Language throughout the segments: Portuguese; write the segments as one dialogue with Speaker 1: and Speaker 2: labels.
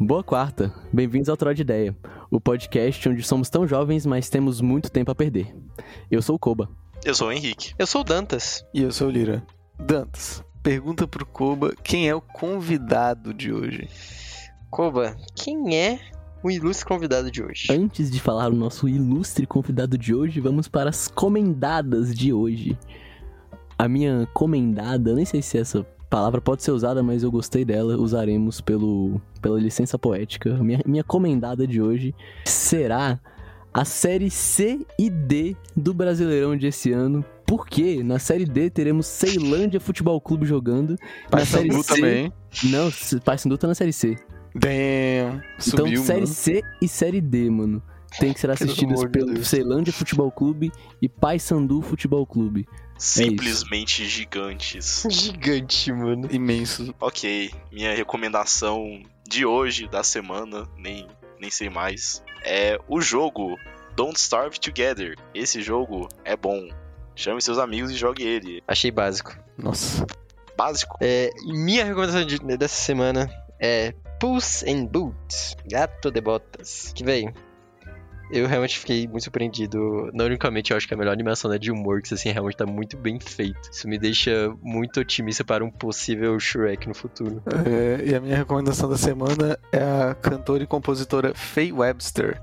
Speaker 1: Boa quarta, bem-vindos ao Troll de Ideia, o podcast onde somos tão jovens, mas temos muito tempo a perder. Eu sou o Koba.
Speaker 2: Eu sou o Henrique. Eu sou o Dantas.
Speaker 3: E eu sou o Lira. Dantas, pergunta pro Koba quem é o convidado de hoje.
Speaker 2: Koba, quem é o ilustre convidado de hoje?
Speaker 1: Antes de falar o nosso ilustre convidado de hoje, vamos para as comendadas de hoje. A minha comendada, eu nem sei se essa palavra pode ser usada, mas eu gostei dela, usaremos pelo, pela licença poética. Minha, minha comendada de hoje será a série C e D do Brasileirão desse ano. Porque na série D teremos Ceilândia Futebol Clube jogando. na série
Speaker 3: Paysandu
Speaker 1: C,
Speaker 3: também.
Speaker 1: Não, Paysandu tá na série C.
Speaker 3: Damn. Subiu,
Speaker 1: então, série
Speaker 3: mano.
Speaker 1: C e série D, mano. Tem que ser assistidos
Speaker 3: amor de
Speaker 1: pelo
Speaker 3: Deus.
Speaker 1: Ceilândia Futebol Clube e Paysandu Futebol Clube.
Speaker 4: Simplesmente gigantes.
Speaker 2: Gigante, mano.
Speaker 3: Imenso.
Speaker 4: Ok, minha recomendação de hoje, da semana, nem, nem sei mais, é o jogo Don't Starve Together. Esse jogo é bom. Chame seus amigos e jogue ele.
Speaker 2: Achei básico.
Speaker 3: Nossa.
Speaker 4: Básico.
Speaker 2: É, minha recomendação de- dessa semana é Pulse and Boots, Gato de Botas. Que véi, eu realmente fiquei muito surpreendido. Não unicamente eu acho que é a melhor animação né, de humor, que assim, realmente tá muito bem feito. Isso me deixa muito otimista para um possível Shrek no futuro.
Speaker 3: É, e a minha recomendação da semana é a cantora e compositora Faye Webster.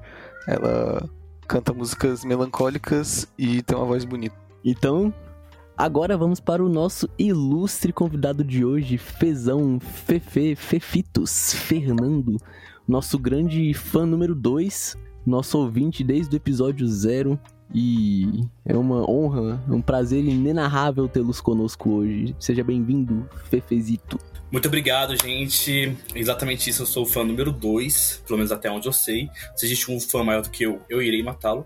Speaker 3: Ela canta músicas melancólicas e tem uma voz bonita.
Speaker 1: Então, agora vamos para o nosso ilustre convidado de hoje, Fezão Fefe Fefitos Fernando, nosso grande fã número 2, nosso ouvinte desde o episódio zero. E é uma honra, é um prazer inenarrável tê-los conosco hoje. Seja bem-vindo, Fefezito.
Speaker 5: Muito obrigado, gente. Exatamente isso, eu sou o fã número 2, pelo menos até onde eu sei. Se existe um fã maior do que eu, eu irei matá-lo.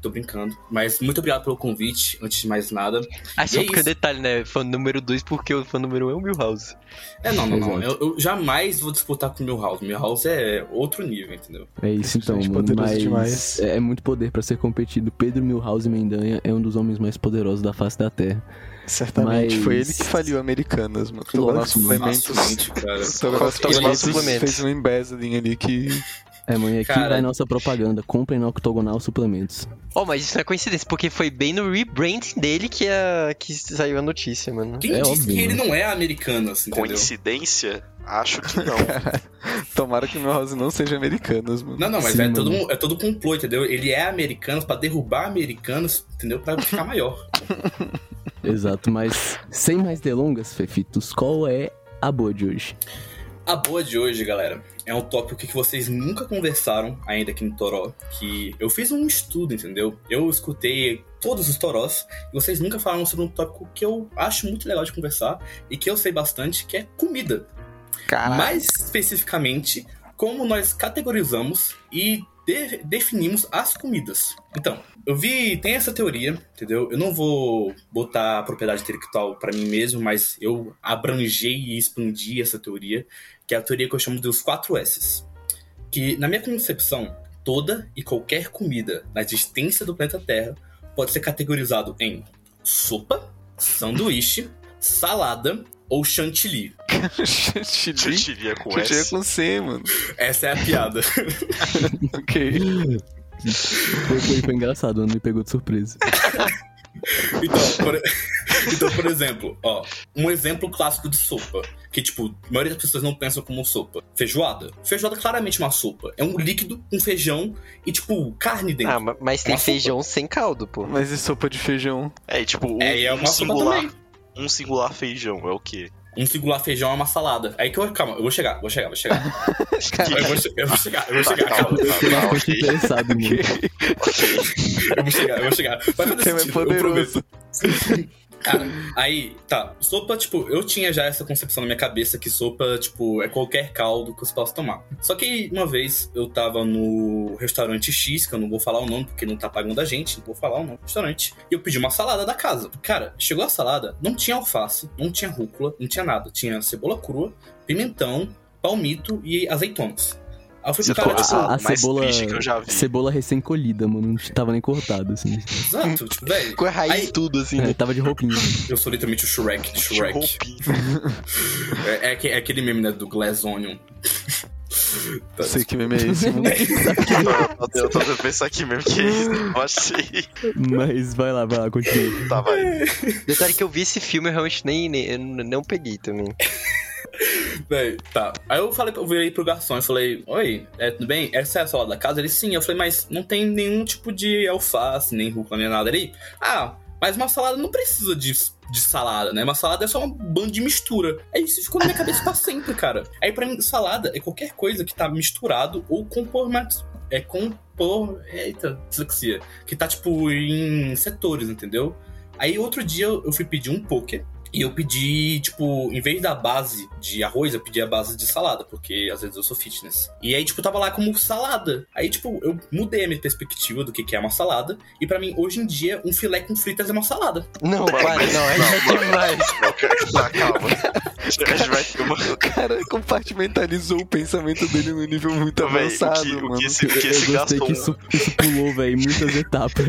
Speaker 5: Tô brincando. Mas muito obrigado pelo convite, antes de mais nada.
Speaker 2: Ah, só
Speaker 5: E é
Speaker 2: porque o
Speaker 5: isso.
Speaker 2: detalhe, né? Fã número 2, porque o fã número 1 um é o Milhouse.
Speaker 5: É, não, não, não. Eu, eu jamais vou disputar com o Milhouse. Milhouse é outro nível, entendeu?
Speaker 1: É isso então,
Speaker 3: Gente
Speaker 1: mano.
Speaker 3: poderoso
Speaker 1: Mas
Speaker 3: demais.
Speaker 1: é muito poder pra ser competido. Pedro Milhouse Mendanha é um dos homens mais poderosos da face da Terra.
Speaker 3: Certamente.
Speaker 1: Mas-
Speaker 3: Foi ele que faliu Americanas, mano.
Speaker 1: Lógico,
Speaker 3: Todos os
Speaker 1: mano.
Speaker 3: suplementos.
Speaker 5: Facilmente, cara.
Speaker 3: Todos os
Speaker 2: Todos os
Speaker 3: suplementos.
Speaker 2: suplementos.
Speaker 3: Fez um embezzling ali que.
Speaker 1: É, mãe, aqui
Speaker 5: Cara.
Speaker 1: vai nossa propaganda. Comprem na Octogonal suplementos.
Speaker 2: Oh, mas isso não é coincidência, porque foi bem no rebranding dele que, a... que saiu a notícia, mano.
Speaker 5: Quem
Speaker 1: É
Speaker 5: disse
Speaker 1: óbvio,
Speaker 5: que ele
Speaker 1: né?
Speaker 5: não é americano, assim, entendeu?
Speaker 4: Coincidência? Acho que não.
Speaker 3: Tomara que Milhouse não seja Americanas, mano.
Speaker 5: Não, não, mas
Speaker 1: Sim,
Speaker 5: é,
Speaker 1: mano.
Speaker 5: todo, um- é todo um complô, entendeu? Ele é americano pra derrubar americanos, entendeu? Pra ficar maior.
Speaker 1: Exato, mas sem mais delongas, Fefitos, qual é a boa de hoje?
Speaker 5: A boa de hoje, galera, é um tópico que vocês nunca conversaram ainda aqui no Toró, que eu fiz um estudo, entendeu? Eu escutei todos os Torós e vocês nunca falaram sobre um tópico que eu acho muito legal de conversar e que eu sei bastante, que é comida.
Speaker 3: Caralho.
Speaker 5: Mais especificamente, como nós categorizamos e de- definimos as comidas. Então, eu vi, tem essa teoria, entendeu? Eu não vou botar a propriedade intelectual pra mim mesmo, mas eu abrangei e expandi essa teoria, que é a teoria que eu chamo dos quatro S's. Que, na minha concepção, toda e qualquer comida na existência do planeta Terra pode ser categorizado em sopa, sanduíche, salada ou chantilly.
Speaker 3: Chantilly?
Speaker 4: Chantilly é com
Speaker 3: Chantilly é
Speaker 4: S.
Speaker 3: com C, mano.
Speaker 5: Essa é a piada.
Speaker 3: Ok.
Speaker 1: Foi, foi, foi engraçado, mano, me pegou de surpresa.
Speaker 5: Então, por, então, por exemplo, ó, um exemplo clássico de sopa, que tipo, a maioria das pessoas não pensam como sopa. Feijoada. Feijoada é claramente uma sopa. É um líquido com feijão e tipo, carne dentro.
Speaker 2: Ah, ma- mas tem
Speaker 5: Uma sopa.
Speaker 2: feijão sem caldo, pô.
Speaker 3: Mas e sopa de feijão?
Speaker 4: É, tipo, um,
Speaker 5: é, e é
Speaker 4: um
Speaker 5: uma sopa
Speaker 4: singular,
Speaker 5: também.
Speaker 4: um singular feijão, é o quê?
Speaker 5: Um singular feijão é uma salada. Aí que eu, calma, eu vou chegar, vou chegar, vou chegar. Eu vou, che- eu vou chegar, eu vou
Speaker 4: Tá,
Speaker 5: chegar,
Speaker 4: calma,
Speaker 5: calma.
Speaker 4: tá,
Speaker 1: Eu fiquei
Speaker 4: tá, ok,
Speaker 1: é interessado, mano.
Speaker 4: ok.
Speaker 5: Eu vou chegar, eu vou chegar. Vai
Speaker 3: O
Speaker 5: fazer
Speaker 3: tema é
Speaker 5: sentido, eu prometo.
Speaker 3: poderoso.
Speaker 5: Cara, aí, tá. Sopa, tipo, eu tinha já essa concepção na minha cabeça que sopa, tipo, é qualquer caldo que você possa tomar. Só que uma vez eu tava no restaurante X, que eu não vou falar o nome porque não tá pagando a gente, não vou falar o nome do restaurante. E eu pedi uma salada da casa. Cara, chegou a salada, não tinha alface, não tinha rúcula, não tinha nada. Tinha cebola crua, pimentão, palmito e azeitonas. Aí eu fui
Speaker 4: Você
Speaker 5: pro cara,
Speaker 4: tomou
Speaker 5: tipo,
Speaker 1: a-
Speaker 4: a,
Speaker 1: a
Speaker 4: mais
Speaker 1: cebola-
Speaker 4: triste que eu já vi.
Speaker 1: Cebola recém-colhida, mano, não tava nem cortada, assim.
Speaker 5: exato, tipo, velho,
Speaker 2: Com a raiz
Speaker 5: Aí-
Speaker 2: e tudo, assim,
Speaker 1: É,
Speaker 2: né?
Speaker 1: tava de roupinha.
Speaker 5: eu sou literalmente o Shrek, Shrek.
Speaker 4: Roupinha.
Speaker 5: É, é aque- é aquele meme, né, do Glass Onion.
Speaker 3: Não sei que meme é esse. mano.
Speaker 4: Meu Deus, eu tô tentando pensar aqui mesmo que é isso. Eu achei.
Speaker 1: Mas vai lá, vai lá, continua.
Speaker 4: Tá, vai.
Speaker 2: Detalhe que eu vi esse filme, eu realmente nem, nem eu n- não peguei também.
Speaker 5: Daí, tá. Aí eu falei, eu virei pro garçom e falei, oi, é, tudo bem? Essa é a sala da casa? Ele, sim. Eu falei, mas não tem nenhum tipo de alface, nem rúcula, nem nada ali. Ah, mas uma salada não precisa de, de salada, né? Uma salada é só um bando de mistura. Aí isso ficou na minha cabeça pra sempre, cara. Aí pra mim, salada é qualquer coisa que tá misturado ou compormado. É compor. Eita, dislexia. Que tá, tipo, em setores, entendeu? Aí outro dia eu fui pedir um poker. E eu pedi, tipo, em vez da base de arroz, eu pedi a base de salada, porque às vezes eu sou fitness. E aí, tipo, tava lá como salada. Aí, tipo, eu mudei a minha perspectiva do que que é uma salada. E pra mim, hoje em dia, um filé com fritas é uma salada.
Speaker 2: Não, para, não, é demais.
Speaker 4: Tá, calma. A gente vai ter uma.
Speaker 3: O cara compartimentalizou o pensamento dele no nível muito
Speaker 4: Véi,
Speaker 3: avançado,
Speaker 4: o, que, o
Speaker 3: mano.
Speaker 4: que esse, o que
Speaker 1: Eu
Speaker 4: esse
Speaker 1: gostei
Speaker 4: gastou, né?
Speaker 1: que isso, isso pulou, velho, muitas etapas.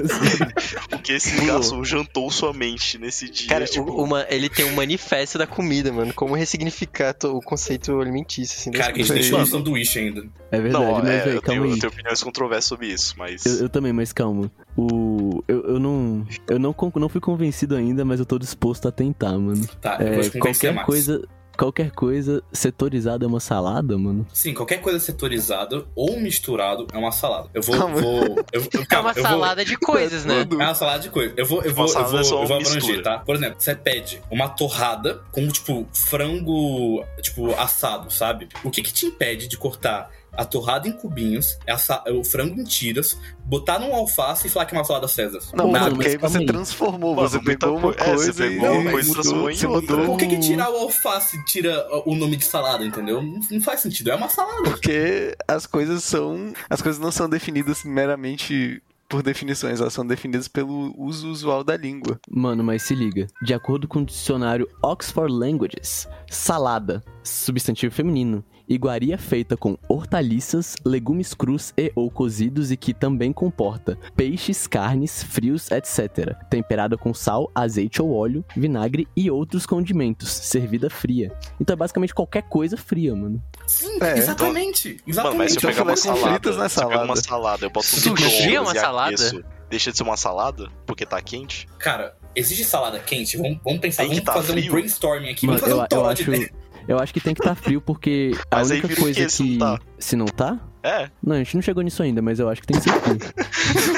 Speaker 4: o que esse
Speaker 1: pulou.
Speaker 4: gastou jantou sua mente nesse dia.
Speaker 2: Cara,
Speaker 4: tipo,
Speaker 2: o- uma, ele tem um manifesto da comida, mano. Como ressignificar to- o conceito alimentício, assim. das
Speaker 5: Cara, que a gente
Speaker 3: Sim.
Speaker 5: deixou no sanduíche ainda.
Speaker 1: É verdade,
Speaker 4: não, ó,
Speaker 1: mas,
Speaker 4: é,
Speaker 1: velho,
Speaker 4: eu,
Speaker 1: calma
Speaker 4: tenho, eu
Speaker 1: aí.
Speaker 4: tenho opiniões controversas sobre isso, mas.
Speaker 1: Eu, eu também, mas calma. O. Eu, eu não. Eu não, con- não fui convencido ainda, mas eu tô disposto a tentar, mano.
Speaker 5: Tá, eu
Speaker 1: É,
Speaker 5: vou te convencer
Speaker 1: qualquer
Speaker 5: mais.
Speaker 1: coisa. Qualquer coisa setorizada é uma salada, mano.
Speaker 5: Sim, qualquer coisa setorizada ou misturado é uma salada. Eu vou.
Speaker 3: Calma.
Speaker 5: vou eu, eu,
Speaker 2: É
Speaker 5: calma,
Speaker 2: uma
Speaker 5: eu vou-
Speaker 2: salada de coisas, né?
Speaker 5: É uma salada de coisa. Eu vou, eu
Speaker 4: Uma
Speaker 5: vou, eu
Speaker 4: salada
Speaker 5: vou,
Speaker 4: é só
Speaker 5: eu vou
Speaker 4: uma
Speaker 5: abranger,
Speaker 4: mistura.
Speaker 5: tá? Por exemplo, você pede uma torrada com, tipo, frango, tipo, assado, sabe? O que que te impede de cortar a torrada em cubinhos, essa- o frango em tiras, botar num alface e falar que é uma salada César?
Speaker 1: Nada,
Speaker 3: Não, mano,
Speaker 1: mas
Speaker 3: porque aí
Speaker 1: calma
Speaker 3: você
Speaker 1: aí.
Speaker 3: transformou,
Speaker 4: Mano,
Speaker 3: você
Speaker 4: muita
Speaker 3: pegou uma
Speaker 4: coi- é, você
Speaker 3: coisa e
Speaker 4: pegou uma coisa e
Speaker 3: mudou,
Speaker 4: transformou em
Speaker 3: você
Speaker 4: outra.
Speaker 3: mudou
Speaker 5: Por que, que tirar o alface tira o nome de salada, entendeu? Não, não faz sentido, é uma salada.
Speaker 3: Porque as coisas são. As coisas não são definidas meramente por definições, elas são definidas pelo uso usual da língua.
Speaker 1: Mano, mas se liga. De acordo com o dicionário Oxford Languages, salada, substantivo feminino, iguaria feita com hortaliças, legumes crus e ou cozidos e que também comporta peixes, carnes, frios, etc. Temperada com sal, azeite ou óleo, vinagre e outros condimentos, servida fria. Então é basicamente qualquer coisa fria, mano.
Speaker 5: Sim,
Speaker 3: É.
Speaker 5: exatamente.
Speaker 4: então- Mano, mas se eu
Speaker 5: Exatamente.
Speaker 3: Então
Speaker 4: pegar
Speaker 3: filé
Speaker 4: uma
Speaker 3: com
Speaker 5: assim,
Speaker 3: fritas não é
Speaker 4: salada, se eu pegar
Speaker 3: salada.
Speaker 4: uma salada, eu boto um
Speaker 2: Sushi
Speaker 4: micro-ondas
Speaker 2: é uma
Speaker 4: e
Speaker 2: salada?
Speaker 4: aqueço, Deixa de ser uma salada, porque tá quente.
Speaker 5: Cara, existe salada quente? Vamos, vamos pensar,
Speaker 4: Tem que
Speaker 5: vamos
Speaker 4: tá
Speaker 5: fazer
Speaker 4: frio.
Speaker 5: um brainstorming aqui.
Speaker 1: Mano,
Speaker 5: vamos fazer
Speaker 1: eu,
Speaker 5: um
Speaker 1: eu
Speaker 5: todd,
Speaker 1: acho.
Speaker 5: né?
Speaker 1: Eu acho que tem que estar frio, porque a
Speaker 4: Mas aí
Speaker 1: única
Speaker 4: vira o quê
Speaker 1: coisa
Speaker 4: se
Speaker 1: que.
Speaker 4: não tá?
Speaker 1: Se não tá?
Speaker 4: É,
Speaker 1: Não, a gente não chegou nisso ainda, mas eu acho que tem que ser frio.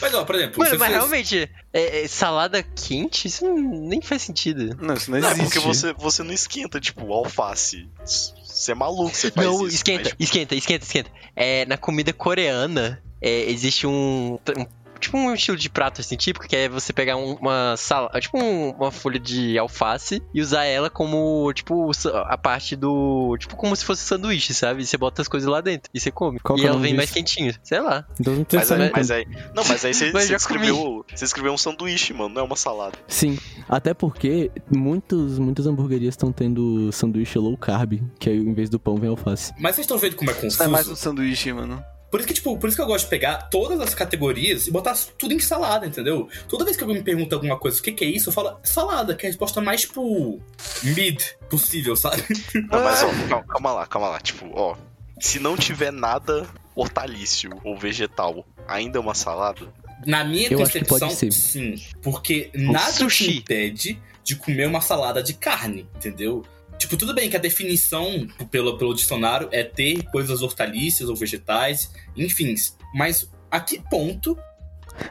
Speaker 5: Mas, ó, por exemplo,
Speaker 2: Mano,
Speaker 5: você
Speaker 2: mas
Speaker 5: fez-
Speaker 2: realmente, é- é salada quente, isso não- nem faz sentido.
Speaker 3: Não, isso não
Speaker 4: não, é
Speaker 3: existe.
Speaker 4: porque você, você não esquenta, tipo, alface. Você é maluco, você faz
Speaker 2: Não,
Speaker 4: isso.
Speaker 2: esquenta,
Speaker 4: mas, tipo,
Speaker 2: esquenta, esquenta, esquenta. É, na comida coreana, é, existe um, um- Tipo um estilo de prato assim, típico, que é você pegar um- uma sala, tipo um- uma folha de alface e usar ela como, tipo, sa- a parte do. Tipo, como se fosse sanduíche, sabe? E você bota as coisas lá dentro e você come.
Speaker 1: Qual que
Speaker 2: e
Speaker 1: é o
Speaker 2: ela
Speaker 1: nome
Speaker 2: vem mais
Speaker 1: disso?
Speaker 2: quentinha, sei lá.
Speaker 1: Então não tem
Speaker 4: mas, aí-
Speaker 1: salada.
Speaker 4: mas aí. Não, mas aí você,
Speaker 2: Mas
Speaker 4: você
Speaker 2: já comi.
Speaker 4: descreveu. Você descreveu um sanduíche, mano, não é uma salada.
Speaker 1: Sim, até porque muitos, muitas hamburguerias estão tendo sanduíche low carb, que aí em vez do pão vem alface.
Speaker 5: Mas vocês estão vendo como é
Speaker 3: Isso não é mais um
Speaker 5: confuso?
Speaker 3: sanduíche, mano.
Speaker 5: Por isso que, tipo, por isso que eu gosto de pegar todas as categorias e botar tudo em salada, entendeu? Toda vez que alguém me pergunta alguma coisa, o que que é isso, eu falo salada, que é a resposta mais, tipo, mid possível, sabe?
Speaker 4: Não, mas ó, cal- calma lá, calma lá. Tipo, ó. Se não tiver nada hortalício ou vegetal, ainda é uma salada.
Speaker 5: Na minha
Speaker 1: Eu acho que
Speaker 5: concepção,
Speaker 1: pode ser. Um
Speaker 5: sim. Porque nada
Speaker 2: sushi.
Speaker 5: te impede de comer uma salada de carne, entendeu? Tipo, tudo bem que a definição p- pelo, pelo dicionário é ter coisas hortaliças ou vegetais, enfim. Mas a que ponto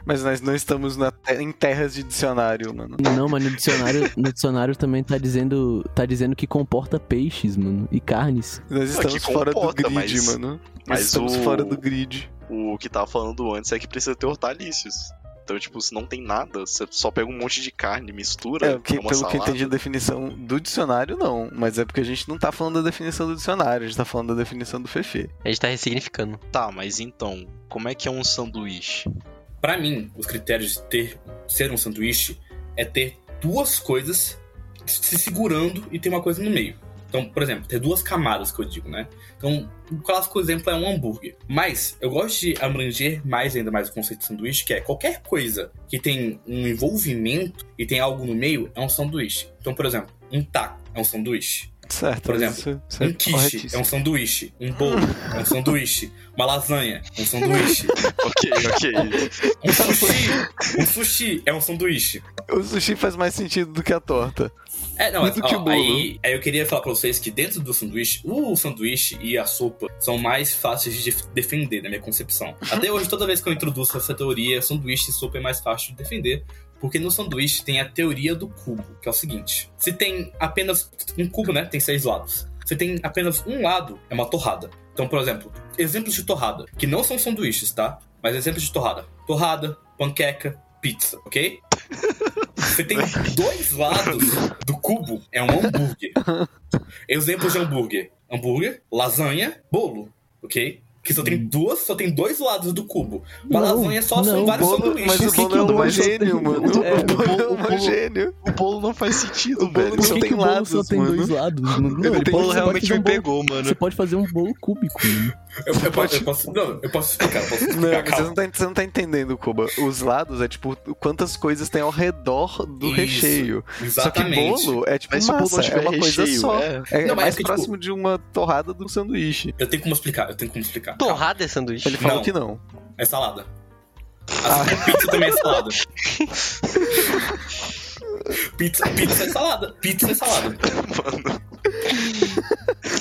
Speaker 3: Mas nós não estamos na te- em terras de dicionário, mano.
Speaker 1: Não, mas no dicionário, no dicionário também tá dizendo, tá dizendo que comporta peixes, mano, e carnes.
Speaker 3: Nós
Speaker 4: Não, é que
Speaker 3: estamos fora do
Speaker 4: comporta,
Speaker 3: grid,
Speaker 4: mas-
Speaker 3: mano. Nós
Speaker 4: mas
Speaker 3: estamos
Speaker 4: o-
Speaker 3: fora do grid.
Speaker 4: O que tava falando antes é que precisa ter hortalícios. Então, tipo, se não tem nada, você só pega um monte de carne, mistura,
Speaker 3: É,
Speaker 4: é,
Speaker 3: porque,
Speaker 4: uma
Speaker 3: pelo que eu
Speaker 4: salada.
Speaker 3: entendi a definição do dicionário, não. Mas é porque a gente não tá falando da definição do dicionário, a gente tá falando da definição do Fefe.
Speaker 2: A gente tá ressignificando.
Speaker 4: Tá, mas então, como é que é um sanduíche?
Speaker 5: Pra mim, os critérios de ter ser um sanduíche é ter duas coisas se segurando e ter uma coisa no meio. Então, por exemplo, ter duas camadas que eu digo, né? Então, o clássico exemplo é um hambúrguer. Mas eu gosto de abranger mais ainda mais o conceito de sanduíche, que é qualquer coisa que tem um envolvimento e tem algo no meio é um sanduíche. Então, por exemplo, um taco é um sanduíche.
Speaker 3: Certo.
Speaker 5: Por exemplo,
Speaker 3: isso- isso
Speaker 5: Um quiche é
Speaker 3: corretíssimo.
Speaker 5: um sanduíche. Um bolo é um sanduíche. Uma lasanha é um sanduíche.
Speaker 4: Ok, ok.
Speaker 5: Um sushi, um sushi é um sanduíche.
Speaker 3: O sushi faz mais sentido do que a torta.
Speaker 5: É, não,
Speaker 3: Mas o que
Speaker 5: ó,
Speaker 3: bolo?
Speaker 5: aí, aí eu queria falar pra vocês que dentro do sanduíche, o sanduíche e a sopa são mais fáceis de def- defender, na minha concepção. Até hoje, toda vez que eu introduzo essa teoria, sanduíche e sopa é mais fácil de defender. Porque no sanduíche tem a teoria do cubo, que é o seguinte: se tem apenas um cubo, né? Tem seis lados. Se tem apenas um lado, é uma torrada. Então, por exemplo, exemplos de torrada, que não são sanduíches, tá? Mas exemplos de torrada: torrada, panqueca, pizza, ok? Você tem dois lados do cubo, é um hambúrguer. Exemplos de hambúrguer: hambúrguer, lasanha, bolo, ok? Que só
Speaker 3: Hum.
Speaker 5: tem duas, só tem dois lados do cubo. Uma
Speaker 1: Não,
Speaker 5: lasanha Ah, só
Speaker 1: não,
Speaker 5: são vários
Speaker 3: Bolo- mas
Speaker 5: sanduíches.
Speaker 3: o
Speaker 1: que
Speaker 3: bolo
Speaker 1: que
Speaker 3: é
Speaker 1: o bolo só
Speaker 3: homogêneo,
Speaker 1: tem-
Speaker 3: mano.
Speaker 1: É,
Speaker 3: o bolo é
Speaker 4: o bolo-
Speaker 3: homogêneo.
Speaker 4: O bolo não faz sentido,
Speaker 3: O bolo
Speaker 4: velho.
Speaker 1: Por
Speaker 3: só
Speaker 1: que,
Speaker 3: tem
Speaker 1: que o bolo só
Speaker 3: lados,
Speaker 1: tem
Speaker 3: mano.
Speaker 1: dois lados? Não, não,
Speaker 3: Ele
Speaker 2: O
Speaker 1: ele
Speaker 3: tem-
Speaker 1: pode-
Speaker 2: bolo
Speaker 1: você pode
Speaker 2: realmente
Speaker 1: fazer
Speaker 2: me
Speaker 1: um bolo-
Speaker 2: pegou, mano.
Speaker 1: Você pode fazer um bolo cúbico. mano.
Speaker 5: Eu, eu posso, eu posso- não, eu posso explicar, eu posso
Speaker 3: Não,
Speaker 5: explicar.
Speaker 3: mas você
Speaker 5: calma.
Speaker 3: não, tá, você não tá entendendo, Cuba. Os lados é tipo quantas coisas tem ao redor do
Speaker 5: Isso,
Speaker 3: recheio.
Speaker 5: Exatamente.
Speaker 3: é Só que bolo é tipo
Speaker 4: Mas se o
Speaker 3: massa,
Speaker 4: bolo não
Speaker 3: é
Speaker 4: tiver
Speaker 3: uma coisa
Speaker 4: recheio,
Speaker 3: só.
Speaker 4: é.
Speaker 3: É,
Speaker 5: Não, mas
Speaker 3: mais
Speaker 5: é que, tipo-
Speaker 3: próximo de uma torrada do sanduíche.
Speaker 5: Eu tenho como explicar, eu tenho como explicar. Calma.
Speaker 2: Torrada é sanduíche?
Speaker 3: Ele falou
Speaker 5: Não.
Speaker 3: que não.
Speaker 5: É salada.
Speaker 3: Ah.
Speaker 5: Assim como pizza também é salada. pizza, pizza é salada. Pizza é salada.
Speaker 4: Mano,